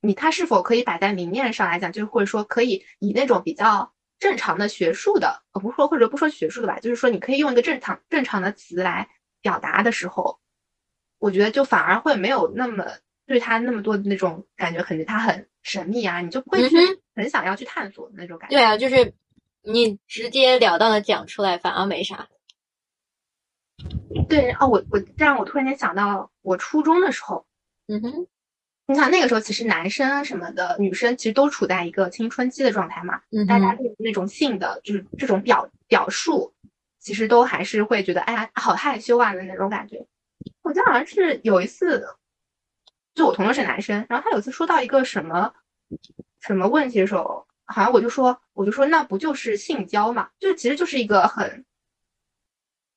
C: 你他是否可以摆在明面上来讲，就是或者说可以以那种比较正常的学术的，呃，不说或者不说学术的吧，就是说你可以用一个正常正常的词来表达的时候，我觉得就反而会没有那么对他那么多的那种感觉，可能他很神秘啊，你就不会去
B: 嗯
C: 很想要去探索的那种感觉。
B: 对啊，就是你直截了当的讲出来，反而没啥。
C: 对，哦，我我让我突然间想到，我初中的时候，
B: 嗯哼，
C: 你想那个时候其实男生啊什么的，女生其实都处在一个青春期的状态嘛，
B: 嗯
C: 大家
B: 哼，
C: 对于那种性的，就是这种表表述，其实都还是会觉得哎呀好害羞啊的那种感觉。我记得好像是有一次，就我同桌是男生，然后他有一次说到一个什么什么问题的时候，好像我就说我就说那不就是性交嘛，就其实就是一个很。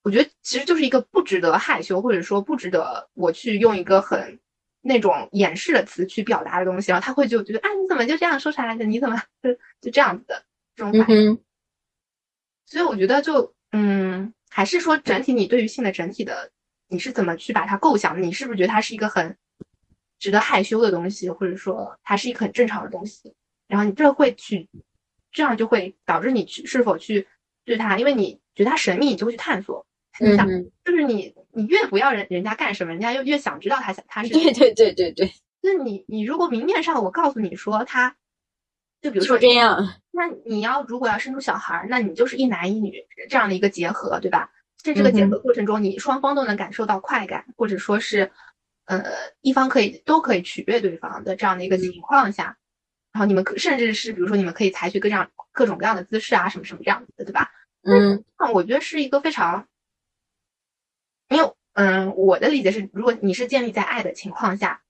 C: 我觉得其实就是一个不值得害羞，或者说不值得我去用一个很那种掩饰的词去表达的东西，然后他会就觉得，哎，你怎么就这样说出来的？你怎么就就这样子的这种
B: 嗯
C: 反应？
B: 哼，
C: 所以我觉得就嗯，还是说整体你对于性的整体的你是怎么去把它构想的？你是不是觉得它是一个很值得害羞的东西，或者说它是一个很正常的东西？然后你这会去，这样就会导致你去是否去对它，因为你觉得它神秘，你就会去探索。你
B: 嗯
C: 想，
B: 哼，
C: 就是你你越不要人人家干什么，人家又越想知道他想他是。
B: 对对对对对，
C: 那你你如果明面上我告诉你说他，就比如
B: 就
C: 说
B: 这样。
C: 那你要如果要生出小孩儿，那你就是一男一女这样的一个结合，对吧？在这个结
B: 嗯哼
C: 合过程中，你双方都能感受到快感，或者说是，呃，一方可以都可以取悦对方的这样的一个
B: 嗯
C: 情况下，然后你们可甚至是比如说你们可以采取各样各种各样的姿势啊，什么什么这样子的，对吧？
B: 嗯
C: 那我觉得是一个非常，因为嗯，我的理解是，如果你是建立在爱的情况下，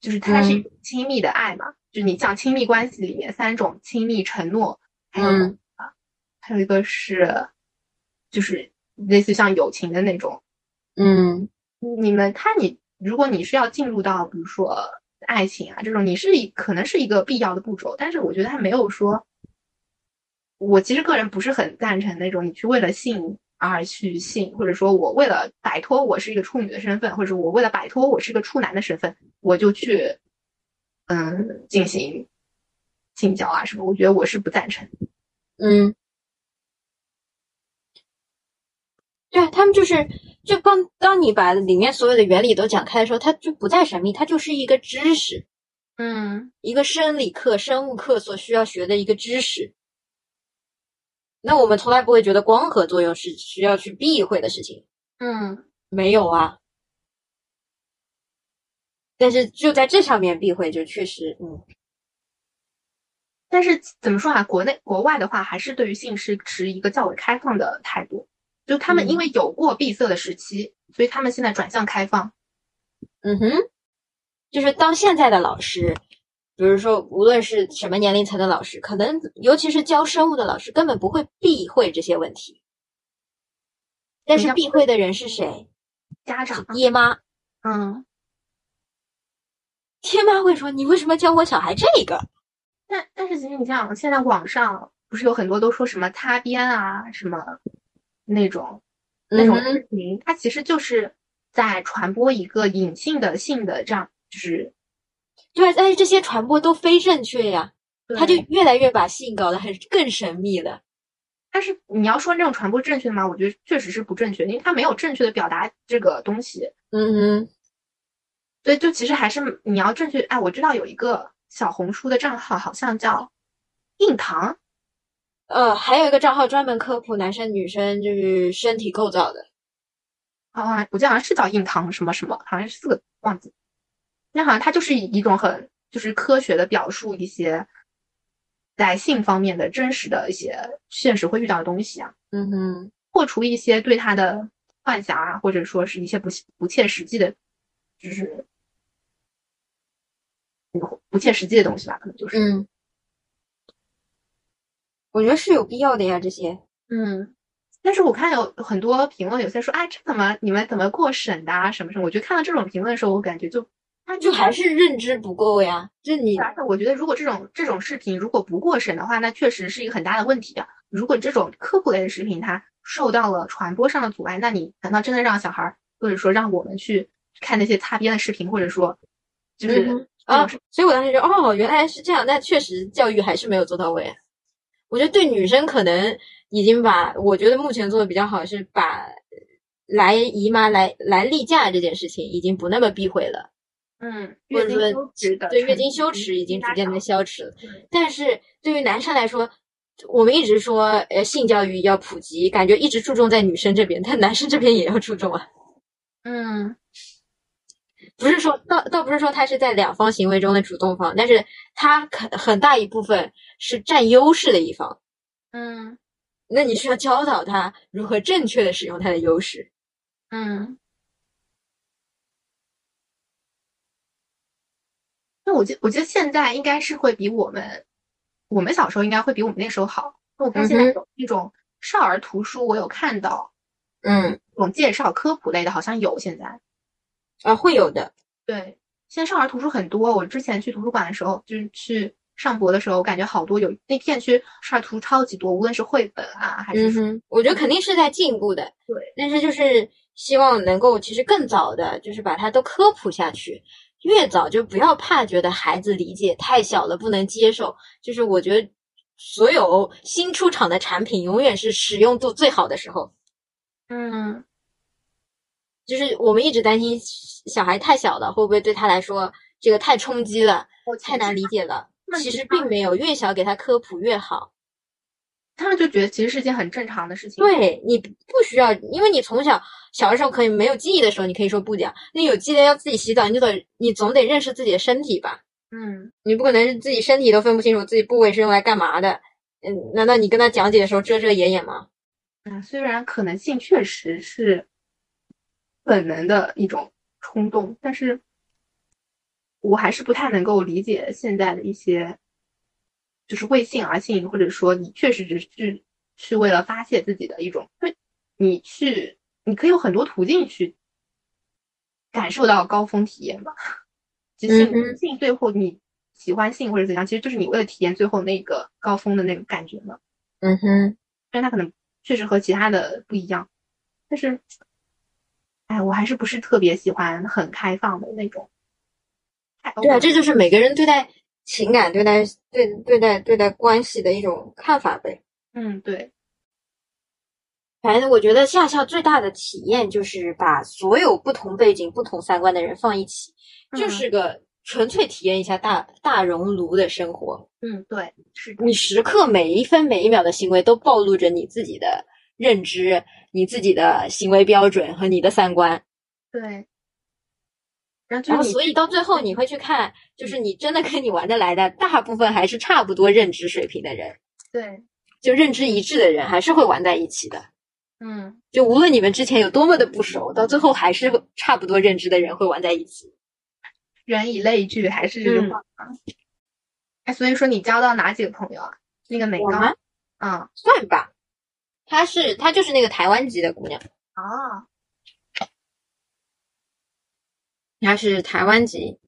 C: 就是它是一
B: 嗯
C: 种亲密的爱嘛，就你像亲密关系里面三种亲密、承诺，还有、
B: 嗯
C: 还有一个是，就是类似于像友情的那种。
B: 嗯
C: 你们看你，如果你是要进入到比如说爱情啊这种，你是一可能是一个必要的步骤，但是我觉得它没有说，我其实个人不是很赞成那种你去为了性而去性，或者说我为了摆脱我是一个处女的身份，或者我为了摆脱我是一个处男的身份，我就去嗯进行性交啊什么，我觉得我是不赞成。
B: 嗯，对啊，他们就是，就当当你把里面所有的原理都讲开的时候，它就不再神秘，它就是一个知识。
C: 嗯，
B: 一个生理课、生物课所需要学的一个知识。那我们从来不会觉得光合作用是需要去避讳的事情，
C: 嗯，
B: 没有啊。但是就在这上面避讳，就确实，嗯，
C: 但是怎么说啊？国内国外的话，还是对于性是持一个较为开放的态度。就他
B: 嗯
C: 们因为有过闭塞的时期，所以他们现在转向开放。
B: 嗯哼，就是当现在的老师，比如说无论是什么年龄层的老师，可能尤其是教生物的老师，根本不会避讳这些问题。但是
C: 人家
B: 避讳的人是谁？
C: 家长，
B: 爹妈，
C: 嗯，
B: 爹妈会说：“你为什么教我小孩这个？”
C: 但但是其实你像现在网上不是有很多都说什么擦边啊，什么那种那种
B: 嗯哼
C: 视频，它其实就是在传播一个隐性的性的这样，就是
B: 对，但是这些传播都非正确呀，他就
C: 对
B: 越来越把性搞得很更神秘了。
C: 但是你要说这种传播正确吗？我觉得确实是不正确，因为它没有正确的表达这个东西。
B: 嗯哼，
C: 对，就其实还是你要正确。哎，我知道有一个小红书的账号，好像叫“硬糖
B: 呃，还有一个账号专门科普男生女生就是身体构造的。”
C: 啊，我记得好像是叫“硬糖”什么什么，好像是四个忘记。那好像它就是以一种很就是科学的表述一些在性方面的真实的一些现实会遇到的东西啊，
B: 嗯哼，
C: 破除一些对它的幻想啊，或者说是一些不不切实际的，就是不不切实际的东西吧，可能就是
B: 嗯，我觉得是有必要的呀，这些。
C: 嗯，但是我看有很多评论，有些说，哎，这怎么你们怎么过审的啊，什么什么？我觉得看到这种评论的时候，我感觉就，那
B: 就还是认知不够呀，就你
C: 而且我觉得如果这种这种视频如果不过审的话，那确实是一个很大的问题啊。如果这种科普类的视频它受到了传播上的阻碍，那你难道真的让小孩儿，或者说让我们去看那些擦边的视频，或者说就
B: 嗯哼
C: 是
B: 啊
C: 这种，
B: 所以我当时就哦，原来是这样，那确实教育还是没有做到位。我觉得对女生可能已经把，我觉得目前做的比较好是把来姨妈来来例假这件事情已经不那么避讳了，
C: 嗯，
B: 或
C: 月
B: 者
C: 经
B: 说
C: 羞耻的
B: 对
C: 程
B: 月经
C: 度
B: 羞耻已经逐
C: 加
B: 渐的
C: 强
B: 消失
C: 对，
B: 但是对于男生来说，我们一直说呃性教育要普及，感觉一直注重在女生这边，但男生这边也要注重啊。
C: 嗯
B: 不是说倒倒不是说他是在两方行为中的主动方，但是他很很大一部分是占优势的一方。
C: 嗯
B: 那你需要教导他如何正确的使用他的优势。
C: 嗯。那我觉我觉得现在应该是会比我们，我们小时候应该会比我们那时候好。那我看现在
B: 嗯哼
C: 有那种少儿图书，我有看到
B: 嗯，
C: 那种介绍科普类的，好像有现在。
B: 啊，会有的。
C: 对，现在少儿图书很多。我之前去图书馆的时候，就是去上博的时候，我感觉好多有那片区少儿图书超级多，无论是绘本啊，还是
B: 嗯
C: 说
B: 哼，我觉得肯定是在进步的。
C: 对，
B: 但是就是希望能够其实更早的，就是把它都科普下去，越早就不要怕觉得孩子理解太小了不能接受。就是我觉得所有新出厂的产品永远是使用度最好的时候。
C: 嗯
B: 就是我们一直担心小孩太小了，会不会对他来说这个太冲击了，
C: 我
B: 太难理解了
C: 那。你
B: 其实
C: 当
B: 并没有，越小给他科普越好。
C: 他们就觉得其实是件很正常的事情。，
B: 对你不不需要，因为你从小小的时候可以没有记忆的时候，你可以说不讲。那有记忆的要自己洗澡，你就得你总得认识自己的身体吧？
C: 嗯
B: 你不可能是自己身体都分不清楚自己部位是用来干嘛的。嗯，难道你跟他讲解的时候遮遮掩掩吗？
C: 啊，虽然可能性确实是本能的一种冲动，但是我还是不太能够理解现在的一些，就是为性而性，或者说你确实只是去为了发泄自己的一种，因为你去，你可以有很多途径去感受到高峰体验嘛。即
B: 嗯
C: 性
B: 哼
C: 性最后你喜欢性或者怎样，其实就是你为了体验最后那个高峰的那个感觉嘛。
B: 嗯哼，
C: 但它可能确实和其他的不一样。但是，哎，我还是不是特别喜欢很开放的那种。太
B: 对啊，
C: open
B: 这就是每个人对待情感、对待对对待对待关系的一种看法呗。
C: 嗯，对，
B: 反正我觉得夏校最大的体验就是把所有不同背景、不同三观的人放一起，就
C: 嗯
B: 是个纯粹体验一下大大熔炉的生活。
C: 嗯，对，是的，
B: 你时刻每一分每一秒的行为都暴露着你自己的认知、你自己的行为标准和你的三观。
C: 对。然后就
B: 然后，
C: 是你
B: 所以到最后你会去看，就是你真的跟你玩得来的，大部分还是差不多认知水平的人，
C: 对，
B: 就认知一致的人，还是会玩在一起的。
C: 嗯，
B: 就无论你们之前有多么的不熟，到最后还是会差不多认知的人会玩在一起。
C: 人以类聚还是这句
B: 嗯
C: 话嘛。哎，所以说你交到哪几个朋友啊？那个美
B: 我
C: 高
B: 吗？
C: 啊，
B: 算吧，她是她就是那个台湾籍的姑娘，
C: 哦，
B: 她是台湾籍。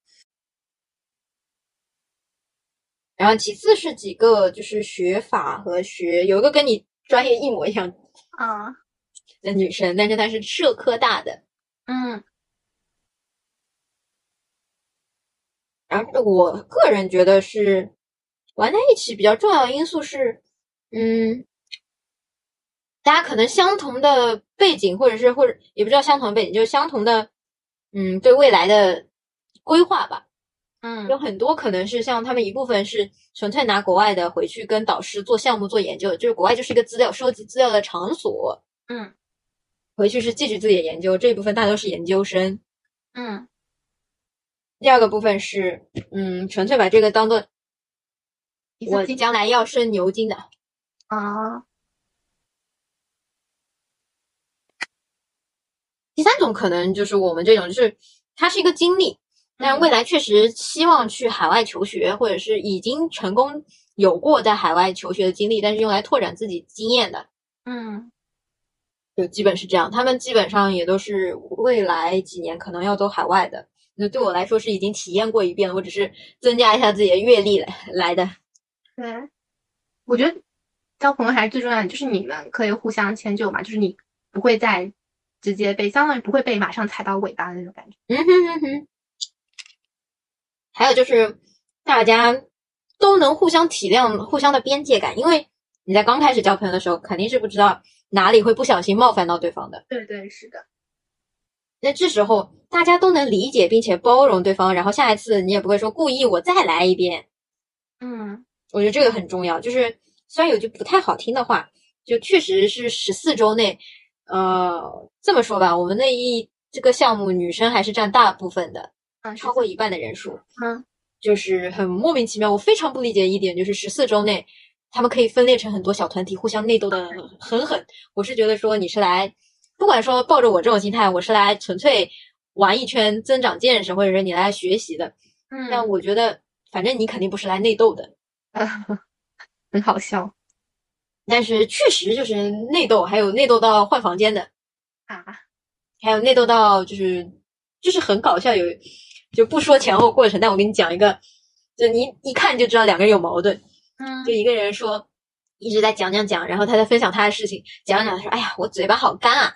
B: 然后其次是几个就是学法和学，有一个跟你专业一模一样
C: 啊，
B: 的女生，但是她是社科大的。
C: 嗯
B: 然后我个人觉得是玩在一起比较重要的因素是，嗯，大家可能相同的背景，或者是或者也不知道相同的背景，就是相同的，嗯，对未来的规划吧。
C: 嗯
B: 有很多可能是像他们一部分是纯粹拿国外的回去跟导师做项目做研究，就是国外就是一个资料收集资料的场所，
C: 嗯
B: 回去是继续自己的研究，这一部分大多是研究生。
C: 嗯
B: 第二个部分是，嗯，纯粹把这个当做
C: 一次
B: 我
C: 性
B: 将来要升牛津的。
C: 啊，
B: 第三种可能就是我们这种，就是它是一个经历，
C: 嗯
B: 但未来确实希望去海外求学，或者是已经成功有过在海外求学的经历，但是用来拓展自己经验的，
C: 嗯
B: 就基本是这样。他们基本上也都是未来几年可能要走海外的。那对我来说是已经体验过一遍了，我只是增加一下自己的阅历来来的。
C: 对，我觉得交朋友还是最重要的，就是你们可以互相迁就嘛，就是你不会再直接被，相当于不会被马上踩到尾巴的那种感觉。
B: 嗯哼哼哼。 还有就是，大家都能互相体谅、互相的边界感，因为你在刚开始交朋友的时候，肯定是不知道哪里会不小心冒犯到对方的。
C: 对对，是的，
B: 那这时候大家都能理解并且包容对方，然后下一次你也不会说故意我再来一遍。
C: 嗯，
B: 我觉得这个很重要。就是虽然有句不太好听的话，就确实是十四周内，呃，这么说吧，我们那一这个项目女生还是占大部分的，
C: 啊，是
B: 超过一半的人数。
C: 嗯，
B: 就是很莫名其妙。我非常不理解一点，就是十四周内，他们可以分裂成很多小团体，互相内斗的很狠。我是觉得说你是来，不管说抱着我这种心态，我是来纯粹玩一圈、增长见识，或者是你来学习的。
C: 嗯，
B: 但我觉得，反正你肯定不是来内斗的。
C: 很好笑
B: 但是确实就是内斗，还有内斗到换房间的，
C: 啊，
B: 还有内斗到就是就是很搞笑，有就不说前后过程，但我跟你讲一个，就你一看就知道两个人有矛盾，
C: 嗯
B: 就一个人说一直在讲讲讲，然后他在分享他的事情，讲讲说哎呀我嘴巴好干啊，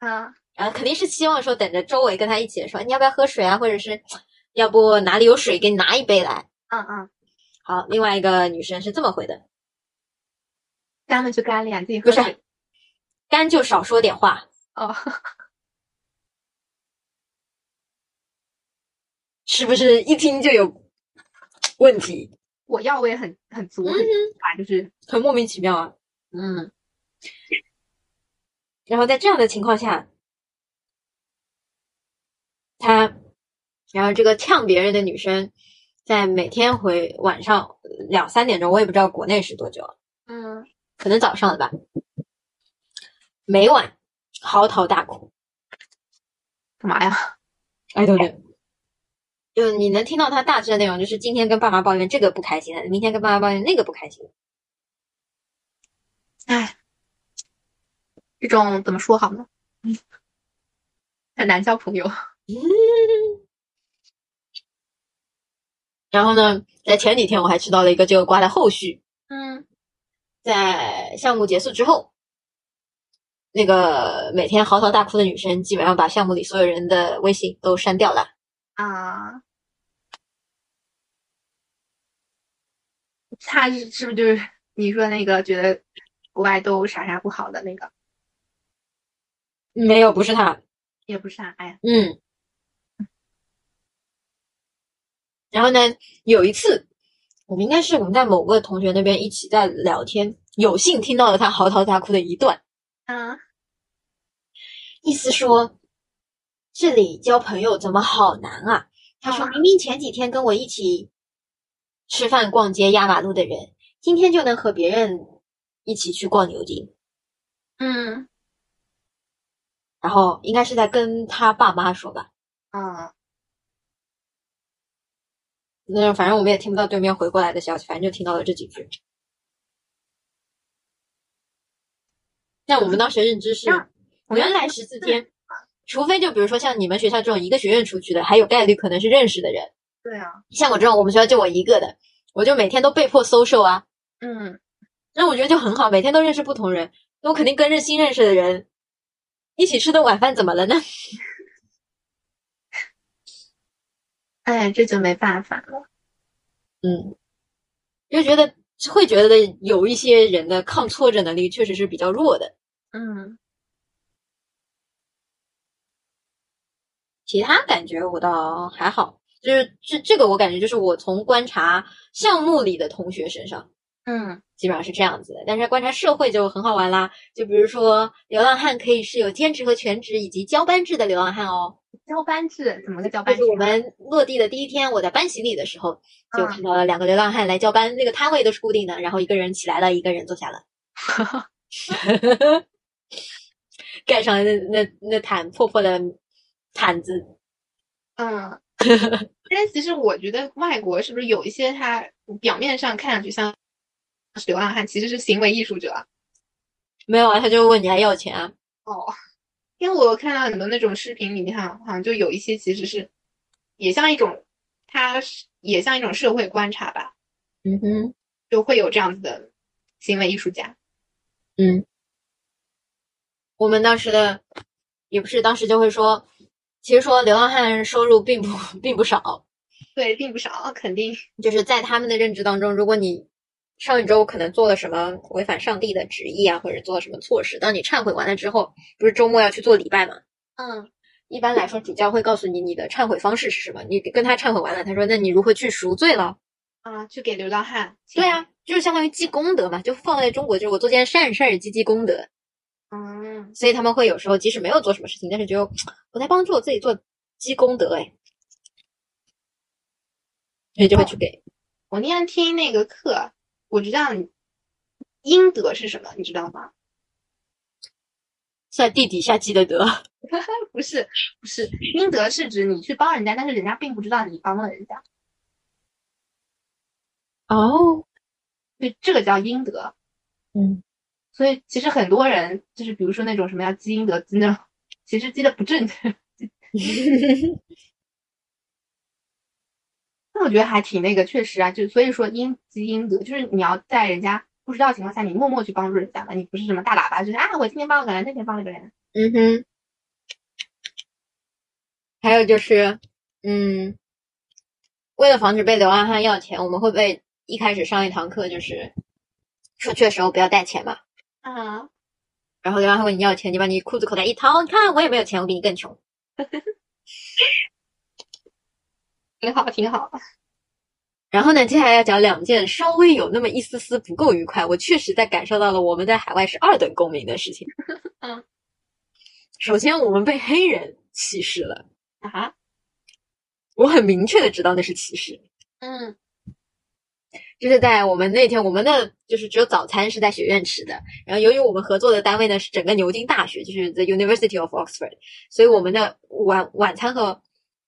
C: 啊，
B: 然后肯定是希望说等着周围跟他一起说你要不要喝水啊，或者是要不哪里有水给你拿一杯来。
C: 嗯嗯，
B: 好，另外一个女生是这么回的，
C: 干了就干了呀，自己
B: 不
C: 喝
B: 是
C: 水
B: 干就少说点话，
C: 哦，
B: 是不是一听就有问题？
C: 我药味很很足，
B: 嗯
C: 很足吧，就是
B: 很莫名其妙啊。
C: 嗯
B: 然后在这样的情况下，他，然后这个呛别人的女生，在每天回晚上两三点钟，我也不知道国内是多久，
C: 嗯，
B: 可能早上了吧，每晚嚎啕大哭。
C: 干嘛呀？
B: 哎，对对，就你能听到他大致的内容，就是今天跟爸妈抱怨这个不开心了，明天跟爸妈抱怨那个不开心了。
C: 哎，这种怎么说好呢？ 很难交朋友。
B: 然后呢，在前几天我还知道了一个这个瓜的后续，
C: 嗯
B: 在项目结束之后，那个每天嚎啕大哭的女生，基本上把项目里所有人的微信都删掉了。
C: 啊，他是是不是就是你说那个觉得国外都啥啥不好的那个？
B: 没有，不是她，
C: 也不是啊，哎呀，
B: 嗯。然后呢，有一次，我们应该是我们在某个同学那边一起在聊天，有幸听到了她嚎啕大哭的一段，
C: 啊，
B: 意思说这里交朋友怎么好难啊？她说明明前几天跟我一起吃饭、逛街、压马路的人，今天就能和别人一起去逛牛津。
C: 嗯
B: 然后应该是在跟他爸妈说吧，
C: 啊，
B: 那反正我们也听不到对面回过来的消息，反正就听到了这几句。但我们当时认知是，
C: 我
B: 原来十四天，除非就比如说像你们学校这种一个学院出去的，还有概率可能是认识的人，
C: 对啊，
B: 像我这种我们学校就我一个的，我就每天都被迫 social 啊，
C: 嗯
B: 那我觉得就很好，每天都认识不同人，那我肯定跟认新认识的人一起吃顿晚饭，怎么了呢？
C: 哎，这就没办法了。
B: 嗯，就觉得会觉得有一些人的抗挫折能力确实是比较弱的。
C: 嗯
B: 其他感觉我倒还好，就是这这个我感觉就是我从观察项目里的同学身上
C: 嗯
B: 基本上是这样子的，但是观察社会就很好玩啦。就比如说流浪汉可以是有兼职和全职以及交班制的流浪汉哦。
C: 交班制怎么个交
B: 就
C: 班制
B: 是我
C: 啊？
B: 们落地的第一天，我在搬行李的时候就
C: 嗯
B: 看到了两个流浪汉来交班，那个摊位都是固定的，然后一个人起来了，一个人坐下了。
C: 啊
B: 盖上那那那毯破破的毯子，
C: 嗯，但其实我觉得外国是不是有一些他表面上看上去像是流浪汉，其实是行为艺术者？啊
B: 没有啊？他就问你还要钱啊？
C: 哦，因为我看到很多那种视频里面，好像就有一些其实是也像一种，他是也像一种社会观察吧，
B: 嗯哼，
C: 就会有这样子的行为艺术家。
B: 嗯。我们当时的也不是，当时就会说，其实说流浪汉收入并不并不少，
C: 对，并不少，肯定。
B: 就是在他们的认知当中，如果你上一周可能做了什么违反上帝的 旨意啊，或者做了什么错事，当你忏悔完了之后，不是周末要去做礼拜嘛？
C: 嗯
B: 一般来说主教会告诉你你的忏悔方式是什么。你跟他忏悔完了，他说那你如何去赎罪了？
D: 啊，去给流浪汉。
B: 对，啊，就是相当于积功德嘛，就放在中国就是我做件善事儿积积功德，
D: 嗯，
B: 所以他们会有时候即使没有做什么事情，但是觉得我在帮助我自己做积功德哎，所以就会去给。
D: 我那天听那个课，我知道你阴德是什么，你知道吗？
B: 在地底下积的德，
D: 不是，
C: 不是阴德是指你去帮人家，但是人家并不知道你帮了人家，
B: 哦，
C: 所以这个叫阴德。
B: 嗯，
C: 所以其实很多人就是，比如说那种什么要积阴德积那种，其实积的不正确。 那我觉得还挺那个，确实啊，就所以说阴积阴德，就是你要在人家不知道的情况下，你默默去帮助人家嘛，你不是什么大喇叭，就是啊，我今天帮了个人，那天帮了个人，
B: 嗯哼，还有就是，嗯，为了防止被流浪汉要钱，我们会不会一开始上一堂课就是出去的时候不要带钱嘛？
D: 啊，
B: 然后流浪汉问你要钱，你把你裤子口袋一掏，你看我也没有钱，我比你更穷。
C: 挺好，挺好。
B: 然后呢，接下来要讲两件稍微有那么一丝丝不够愉快，我确实在感受到了我们在海外是二等公民的事情。
D: 嗯，
B: 首先我们被黑人歧视了，
D: 啊，
B: 我很明确的知道那是歧视。
D: 嗯
B: 就是在我们那天，我们的就是只有早餐是在学院吃的。然后由于我们合作的单位呢是整个牛津大学，就是 The University of Oxford，所以我们的晚晚餐和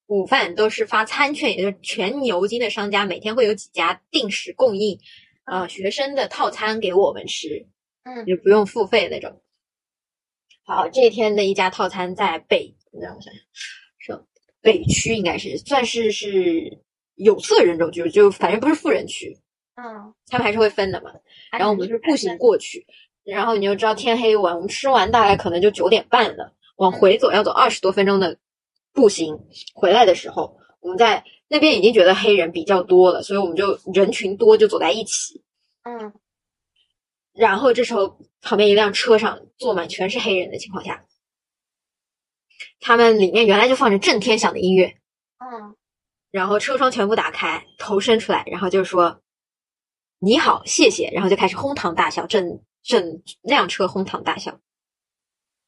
B: 午饭都是发餐券，也就是全牛津的商家每天会有几家定时供应，呃，学生的套餐给我们吃，
D: 嗯
B: 就不用付费那种。好，这一天的一家套餐在北，让我想想，是北区应该是算是是有色人种区，就反正不是富人区。
D: 嗯，
B: 他们还是会分的嘛。
D: 还
B: 然后我
D: 挺
B: 们
D: 厉害
B: 是步
D: 的
B: 行过去，然后你就知道天黑晚，我们吃完大概可能就九点半了，往回走要走二十多分钟的步行。回来的时候，我们在那边已经觉得黑人比较多了，所以我们就人群多就走在一起。
D: 嗯
B: 然后这时候旁边一辆车上坐满全是黑人的情况下，他们里面原来就放着震天响的音乐，
D: 嗯，
B: 然后车窗全部打开，头伸出来，然后就说：“你好，谢谢。”然后就开始哄堂大笑，整整辆车哄堂大笑。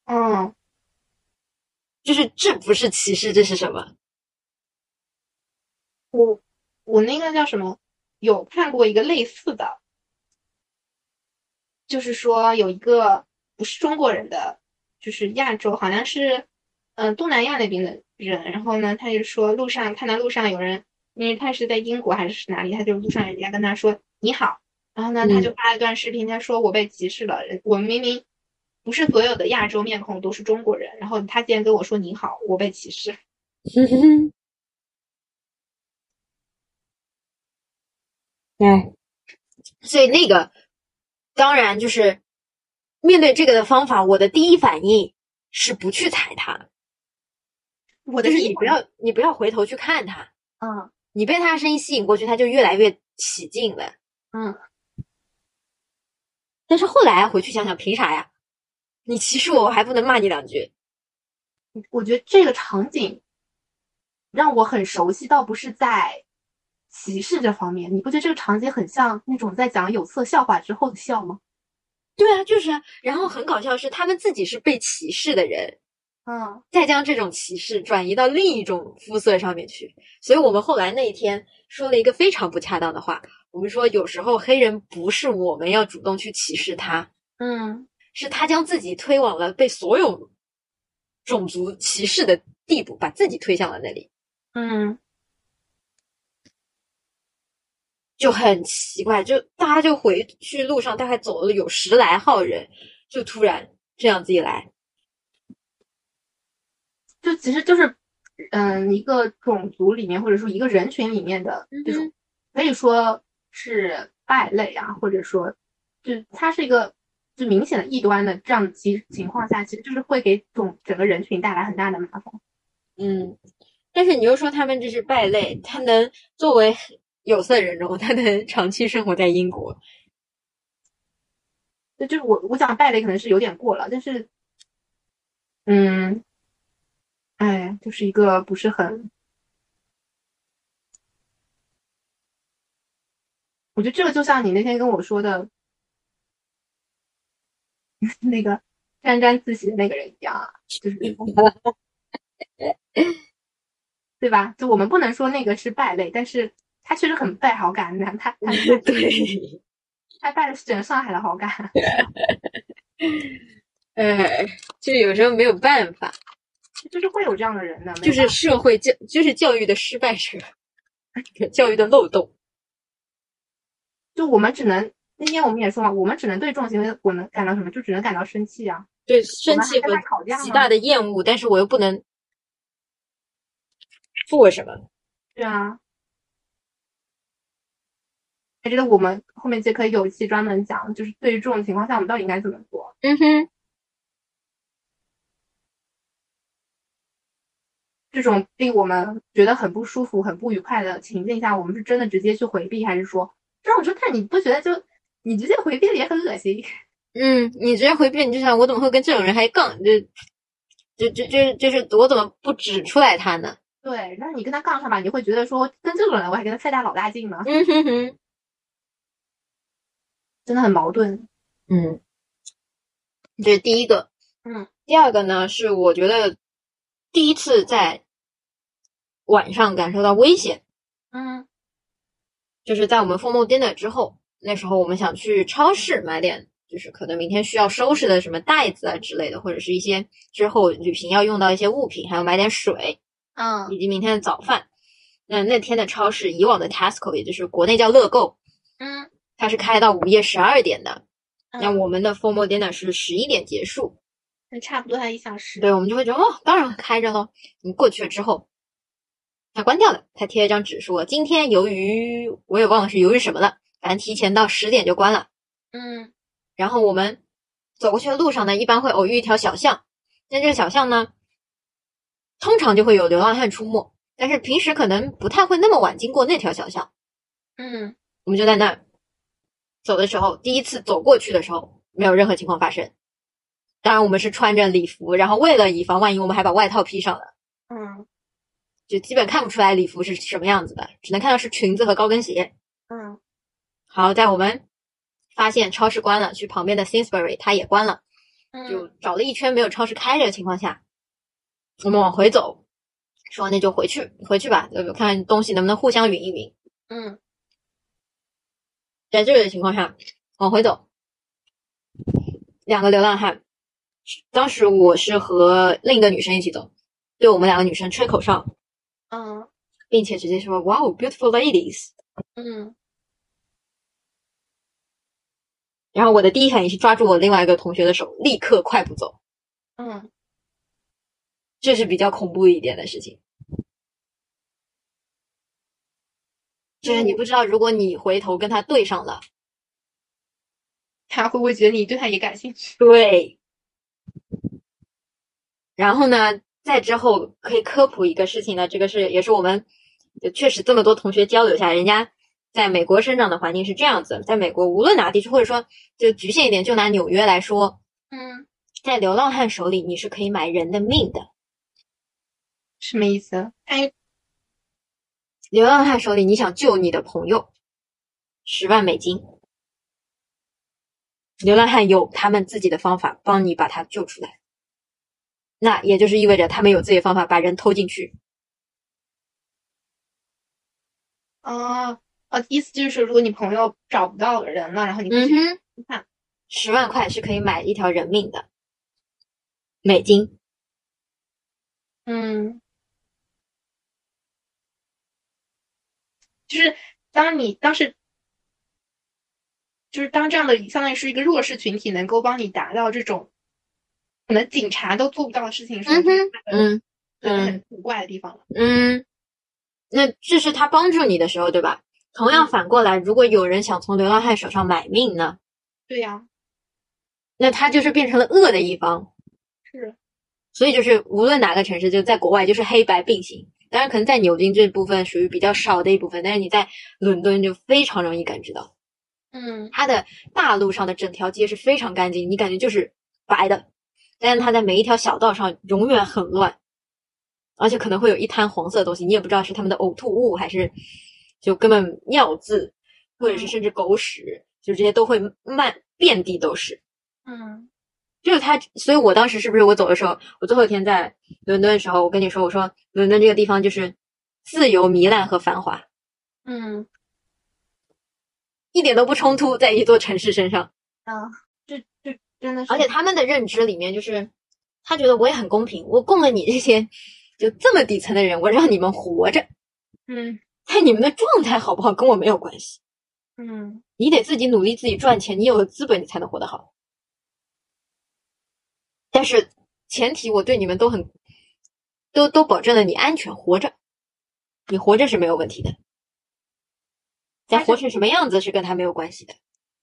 D: 嗯，
B: 就是这不是歧视，这是 什么？
D: 我我那个叫什么，有看过一个类似的，就是说有一个不是中国人的，就是亚洲，好像是嗯、呃东南亚那边的人，然后呢，他就说路上看到路上有人，因为他是在英国还是哪里，他就路上人家跟他说你好，然后呢，他就发了一段视频，他说我被歧视了，人我明明不是所有的亚洲面孔都是中国人，然后他竟然跟我说你好，我被歧视。
B: 对，所以那个当然就是面对这个的方法，我的第一反应是不去踩它，
D: 我
B: 就
D: 的
B: 是
D: 地
B: 你不要你不要回头去看它，
D: 嗯
B: 你被它的声音吸引过去，它就越来越起劲了。
D: 嗯，
B: 但是后来回去想想，凭啥呀？你歧视我，我还不能骂你两句？
C: 我觉得这个场景让我很熟悉，倒不是在歧视这方面。你不觉得这个场景很像那种在讲有色笑话之后的笑吗？
B: 对啊，就是啊。然后很搞笑的是，他们自己是被歧视的人，
C: 嗯，
B: 再将这种歧视转移到另一种肤色上面去。所以我们后来那一天说了一个非常不恰当的话，我们说有时候黑人不是我们要主动去歧视他，
C: 嗯，
B: 是他将自己推往了被所有种族歧视的地步，把自己推向了那里，
C: 嗯，
B: 就很奇怪。就大家就回去路上大概走了有十来号人，就突然这样子一来。
C: 就其实就是，嗯，一个种族里面或者说一个人群里面的这种，
B: 嗯
C: 可以说是败类啊，或者说，就它是一个就明显的异端的这样的情情况下，其实就是会给种整个人群带来很大的麻烦。
B: 嗯，但是你又说他们这是败类，他能作为有色人种，他能长期生活在英 国，
C: 就就是我我讲败类可能是有点过了，但是，嗯，哎，就是一个不是很，我觉得这个就像你那天跟我说的， 那个沾沾自喜的那个人一样啊，就是对吧？就我们不能说那个是败类，但是他确实很败好感，他他他
B: 对，
C: 他败的是整个上海的好感。
B: 哎，就有时候没有办法，
C: 就是会有这样的人的，
B: 就
C: 没办
B: 是
C: 法
B: 社会教，就是教育的失败者， 教育的漏洞。
C: 就我们只能那天我们也说嘛，我们只能对这种行为我能感到什么，就只能感到生气啊，
B: 对，生气
C: 我
B: 和
C: 们还跟他吵架
B: 极
C: 吗
B: 大的厌恶，但是我又不能做什么。
C: 对啊。我觉得我们后面节课有一期专门讲，就是对于这种情况下，我们到底应该怎么做？
B: 嗯哼，
C: 这种令我们觉得很不舒服、很不愉快的情境下，我们是真的直接去回避，还是说这种状态你不觉得就你直接回避了也很恶心？
B: 嗯，你直接回避，你就想我怎么会跟这种人还杠？就就就就就是我怎么不指出来他呢？
C: 对，然后你跟他杠上吧，你会觉得说跟这种人我还跟他费大老大劲呢，
B: 嗯哼哼，
C: 真的很矛盾。
B: 嗯，这是第一个。
C: 嗯，
B: 第二个呢是我觉得第一次在晚上感受到危险，
C: 嗯
B: 就是在我们 formal dinner 之后，那时候我们想去超市买点，就是可能明天需要收拾的什么袋子啊之类的，或者是一些之后旅行要用到一些物品，还要买点水，
C: 嗯
B: 以及明天的早饭。那那天的超市，以往的 Tesco，也就是国内叫乐购，
C: 嗯
B: 它是开到午夜十二点的。那
C: 嗯
B: 我们的 formal dinner 是十一点结束，
D: 那差不多还一小时。
B: 对，我们就会觉得哦，当然开着喽。你过去了之后，它关掉了，它贴一张纸说，今天由于我也忘了是由于什么了，反正提前到十点就关了。
C: 嗯
B: 然后我们走过去的路上呢，一般会偶遇一条小巷。那这个小巷呢，通常就会有流浪汉出没，但是平时可能不太会那么晚经过那条小巷。
C: 嗯
B: 我们就在那儿走的时候，第一次走过去的时候，没有任何情况发生。当然，我们是穿着礼服，然后为了以防万一，我们还把外套披上了。
C: 嗯
B: 就基本看不出来礼服是什么样子的，只能看到是裙子和高跟鞋。
C: 嗯
B: 好在我们发现超市关了，去旁边的 Sainsbury 它也关了，
C: 嗯
B: 就找了一圈没有超市开着的情况下，我们往回走，说那就回去回去吧，就看东西能不能互相匀一匀。
C: 嗯
B: 在这个情况下往回走，两个流浪汉，当时我是和另一个女生一起走，对我们两个女生吹口哨，
C: 嗯
B: 并且直接说 “Wow, beautiful ladies”。
C: 嗯
B: 然后我的第一反应是抓住我另外一个同学的手，立刻快步走，
C: 嗯，
B: 这是比较恐怖一点的事情。就是你不知道，如果你回头跟他对上了，
C: 他会不会觉得你对他也感兴趣？
B: 对。然后呢，再之后可以科普一个事情呢，这个是也是我们就确实这么多同学交流下来，人家在美国生长的环境是这样子，在美国无论哪个地区，或者说就局限一点，就拿纽约来说，
C: 嗯，
B: 在流浪汉手里你是可以买人的命的。
C: 什么意思？
D: 哎，
B: 流浪汉手里，你想救你的朋友，十万美金，流浪汉有他们自己的方法帮你把他救出来，那也就是意味着他们有自己的方法把人偷进去。
C: 哦哦，意思就是如果你朋友找不到人了，然后你会去
B: 嗯哼
C: 看，
B: 十万块是可以买一条人命的，美金。
C: 嗯，就是当你当时，就是当这样的相当于是一个弱势群体能够帮你达到这种，可能警察都做不到的事情的时候，
B: 嗯哼嗯
C: 觉得
B: 嗯
C: 很古怪的地方了。
B: 嗯，那这是他帮助你的时候，对吧？同
C: 嗯
B: 样反过来，如果有人想从流浪汉手上买命呢，
C: 对呀，
B: 那他就是变成了恶的一方。
C: 是，
B: 所以就是无论哪个城市，就在国外就是黑白并行。当然，可能在牛津这部分属于比较少的一部分，但是你在伦敦就非常容易感知到，
C: 嗯
B: 它的大路上的整条街是非常干净，你感觉就是白的，但是它在每一条小道上永远很乱，而且可能会有一滩黄色的东西，你也不知道是他们的呕吐物还是就根本尿渍，或者是甚至狗屎，就这些都会漫遍地都是。
C: 嗯
B: 就是它，所以我当时是不是我走的时候，我最后一天在伦敦的时候，我跟你说，我说伦敦这个地方就是自由、糜烂和繁华，
C: 嗯
B: 一点都不冲突，在一座城市身上。
C: 啊，这这真的是，
B: 而且他们的认知里面，就是他觉得我也很公平，我供了你这些就这么底层的人，我让你们活着，
C: 嗯
B: 但你们的状态好不好跟我没有关系，
C: 嗯
B: 你得自己努力，自己赚钱，你有了资本，你才能活得好。但是前提，我对你们都很都都保证了你安全活着，你活着是没有问题的，但活成什么样子是跟他没有关系的。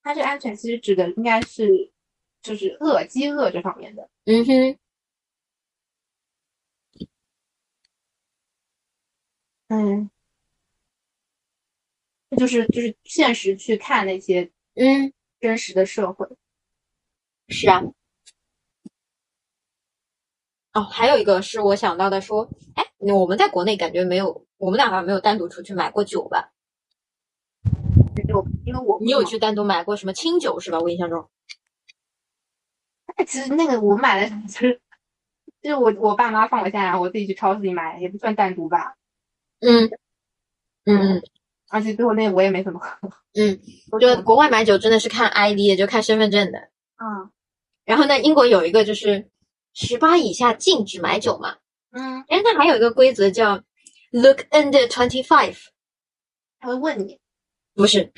C: 它这安全其实指的应该是就是饿饥饿这方面的。
B: 嗯哼，
C: 嗯，就是就是现实去看那些
B: 嗯，
C: 真实的社会，
B: 是啊。哦，还有一个是我想到的，说，哎，我们在国内感觉没有，我们俩好像没有单独出去买过酒吧？
C: 因为我
B: 你有去单独买过什么清酒是吧？我印象中，
C: 哎 其实那个我买的 就是就是我我爸妈放我假，然后我自己去超市里买，也不算单独吧。
B: 嗯，嗯
C: 而且最后那个我也没怎么喝。
B: 嗯，
C: 我
B: 我觉得国外买酒真的是看 ID，也就看身份证的。
C: 嗯
B: 然后呢，英国有一个就是十八以下禁止买酒嘛，
C: 嗯，
B: 哎，那还有一个规则叫 look under twenty five，
C: 他会问你，
B: 不是，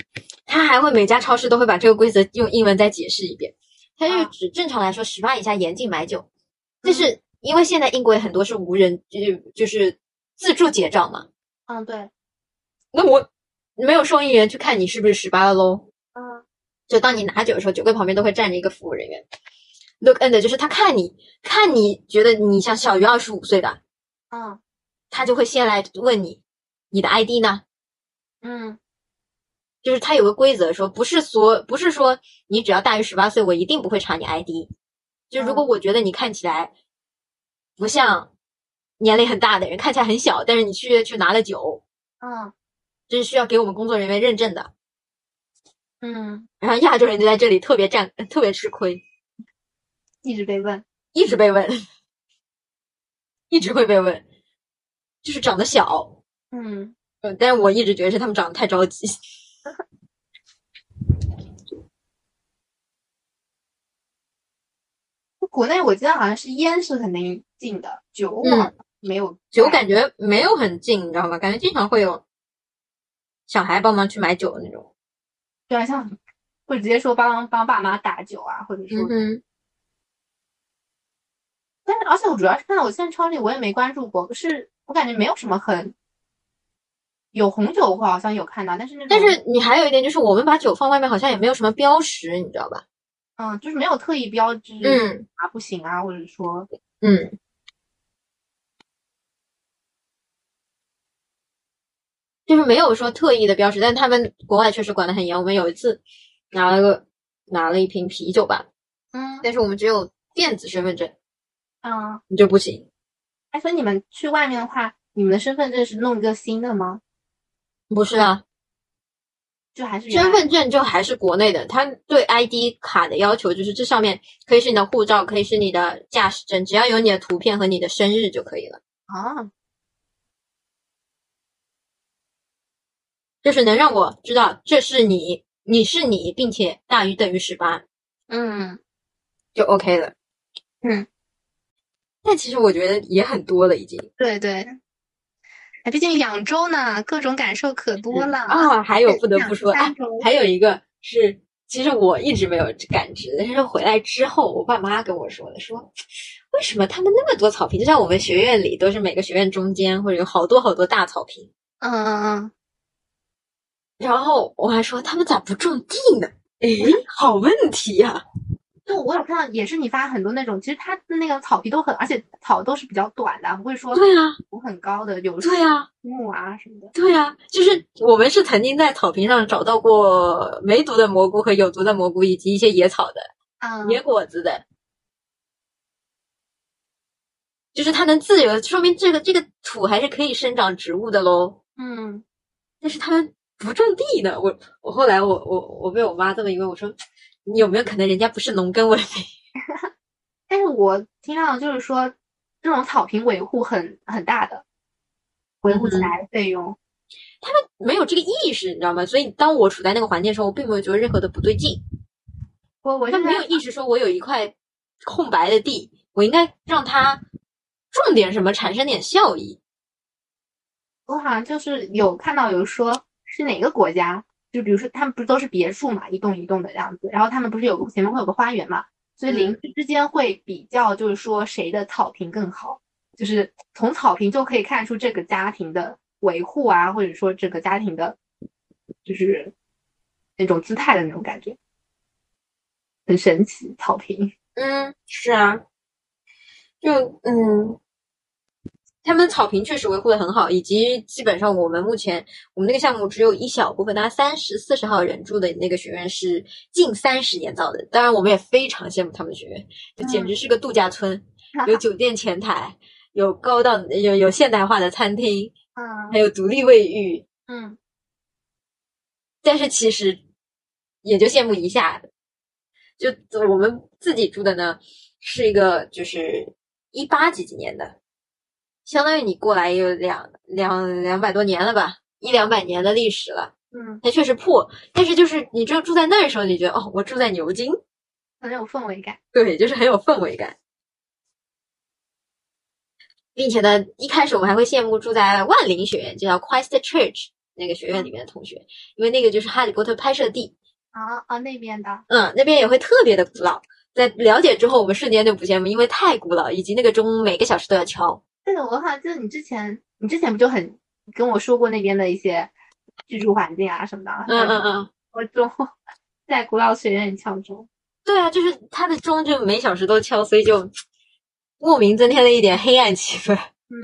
B: 他还会每家超市都会把这个规则用英文再解释一遍。他就是
C: 啊
B: 指正常来说，十八以下严禁买酒，但是因为现在英国有很多是无人，就是就是自助结账嘛，
C: 嗯对，
B: 那我没有收银员去看你是不是十八了喽。
C: 嗯
B: 就当你拿酒的时候，酒柜旁边都会站着一个服务人员，look under，就是他看你看你觉得你像小于二十五岁的，
C: 嗯
B: 他就会先来问你你的 ID 呢，
C: 嗯
B: 就是它有个规则说，不是所不是说你只要大于十八岁，我一定不会查你 ID。就如果我觉得你看起来不像年龄很大的人，看起来很小，但是你去去拿了酒，
C: 嗯
B: 这是需要给我们工作人员认证的。
C: 嗯，
B: 然后亚洲人就在这里特别占特别吃亏，
C: 一直被问。
B: 一直被问，一直会被问，就是长得小。
C: 嗯，
B: 嗯，但是我一直觉得是他们长得太着急。
C: 国内我记得好像是烟是肯定禁的，酒我好像没有
B: 酒
C: 买
B: 感觉没有很近，你知道吗？感觉经常会有小孩帮忙去买酒的那种。
C: 对啊，像会直接说帮帮爸妈打酒啊，或者说，
B: 嗯哼，
C: 但是而且我主要是看到我现在超市里我也没关注过，是我感觉没有什么很有红酒，我好像有看到，但是那种
B: 但是你还有一点就是，我们把酒放外面好像也没有什么标识，你知道吧？
C: 嗯，就是没有特意标志
B: 嗯
C: 啊不行啊，或者说
B: 嗯，就是没有说特意的标识，但他们国外确实管得很严。我们有一次拿了个拿了一瓶啤酒吧，
C: 嗯
B: 但是我们只有电子身份证，
C: 嗯，
B: 你就不行。
C: 哎，所以你们去外面的话，你们的身份证是弄一个新的吗？
B: 不是啊，
C: 就还是原
B: 身
C: 来
B: 份证就还是国内的，它对 ID 卡的要求就是这上面可以是你的护照，可以是你的驾驶证，只要有你的图片和你的生日就可以了。
C: 啊，
B: 就是能让我知道这是你，你是你，并且大于等于十八
C: 嗯
B: 就 OK 了。
C: 嗯，
B: 但其实我觉得也很多了，已经
C: 对对。哎，毕竟两周呢，各种感受可多了
B: 啊。还有不得不说，哎
C: 两三周，
B: 还有一个是，其实我一直没有感知，但是回来之后，我爸妈跟我说的，说为什么他们那么多草坪？就像我们学院里，都是每个学院中间会有好多好多大草坪。
C: 嗯嗯
B: 然后我还说他们咋不种地呢？诶，好问题呀、
C: 嗯，就我有看到，也是你发很多那种，其实它的那个草皮都很，而且草都是比较短的，不会说
B: 对啊，
C: 有很高的，有
B: 对啊，
C: 木啊什么的。
B: 对呀、就是我们是曾经在草坪上找到过没毒的蘑菇和有毒的蘑菇，以及一些野草的、
C: 嗯
B: 野果子的。就是它能自由，说明这个这个土还是可以生长植物的喽。
C: 嗯，
B: 但是它不种地呢。我我后来我我我被我妈这么一问，我说你有没有可能人家不是农耕文明？
C: 但是我听到的就是说，这种草坪维护很很大的，维护起
B: 嗯哼
C: 来的费用。
B: 没有这个意识，你知道吗？所以当我处在那个环境的时候，我并没有觉得任何的不对劲，
C: 我我
B: 我
C: 就
B: 就没有意识说我有一块空白的地，我应该让它种点什么，产生点效益。
C: 我好像就是有看到有说是哪个国家，就比如说他们不是都是别墅嘛，一栋一栋的这样子，然后他们不是有个前面会有个花园嘛，所以邻居之间会比较，就是说谁的草坪更好，就是从草坪就可以看出这个家庭的维护啊，或者说这个家庭的，就是那种姿态的那种感觉，很神奇，草坪。
B: 嗯，是啊，就嗯，他们草坪确实维护的很好，以及基本上我们目前我们那个项目只有一小部分，大概三十四十号人住的那个学院是近三十年造的，当然我们也非常羡慕他们的学院，这简直是个度假村，有酒店前台，有高档有有现代化的餐厅，还
C: 嗯
B: 有独立卫浴，
C: 嗯，
B: 但是其实也就羡慕一下。就我们自己住的呢，是一个就是一八几几年的，相当于你过来也有两两两百多年了吧，一两百年的历史了。
C: 嗯，
B: 它确实破，但是就是你只有住在那儿的时候，你觉得哦，我住在牛津，
C: 很有氛围感。
B: 对，就是很有氛围感。并且呢，一开始我们还会羡慕住在万灵学院，就叫 Christchurch 那个学院里面的同学，因为那个就是《哈利波特》拍摄地，
C: 啊啊，那边的，
B: 嗯，那边也会特别的古老。在了解之后，我们瞬间就不羡慕，因为太古老，以及那个钟每个小时都要敲。
C: 对的，我好像记得你之前，你之前不就很跟我说过那边的一些居住环境啊什么的？
B: 嗯嗯，嗯，
C: 我中在古老学院里敲钟。
B: 对啊，就是它的钟就每小时都敲，所以就莫名增添了一点黑暗气氛。
C: 嗯，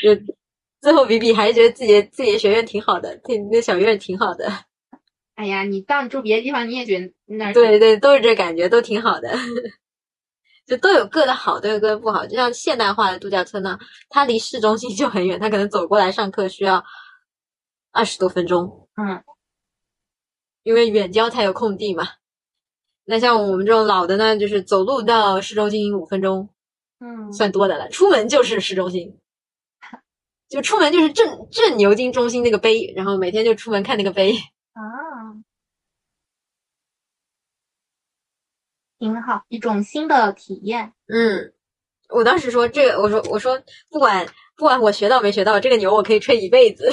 B: 就最后比比还是觉得自己的自己的学院挺好的，自己的小院挺好的。
C: 哎呀，你当你住别的地方，你也觉得那儿
B: 对对，都是这感觉，都挺好的， 就都有各的好，都有各的不好。就像现代化的度假村呢，它离市中心就很远，它可能走过来上课需要二十多分钟，
C: 嗯，
B: 因为远郊才有空地嘛。那像我们这种老的呢，就是走路到市中心五分钟
C: 嗯
B: 算多的了，出门就是市中心，就出门就是正正牛津中心那个碑，然后每天就出门看那个碑。
C: 啊，挺好，一种新的体验。
B: 嗯，我当时说这个，我说我说不管不管我学到没学到，这个牛我可以吹一辈子。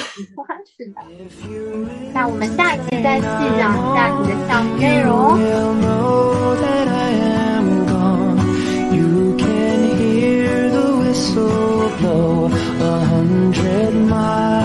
C: 是的，那我们下期再细讲一下你的项目内容哦。
E: You'll know that I am gone. You can hear the whistle blow a hundred miles.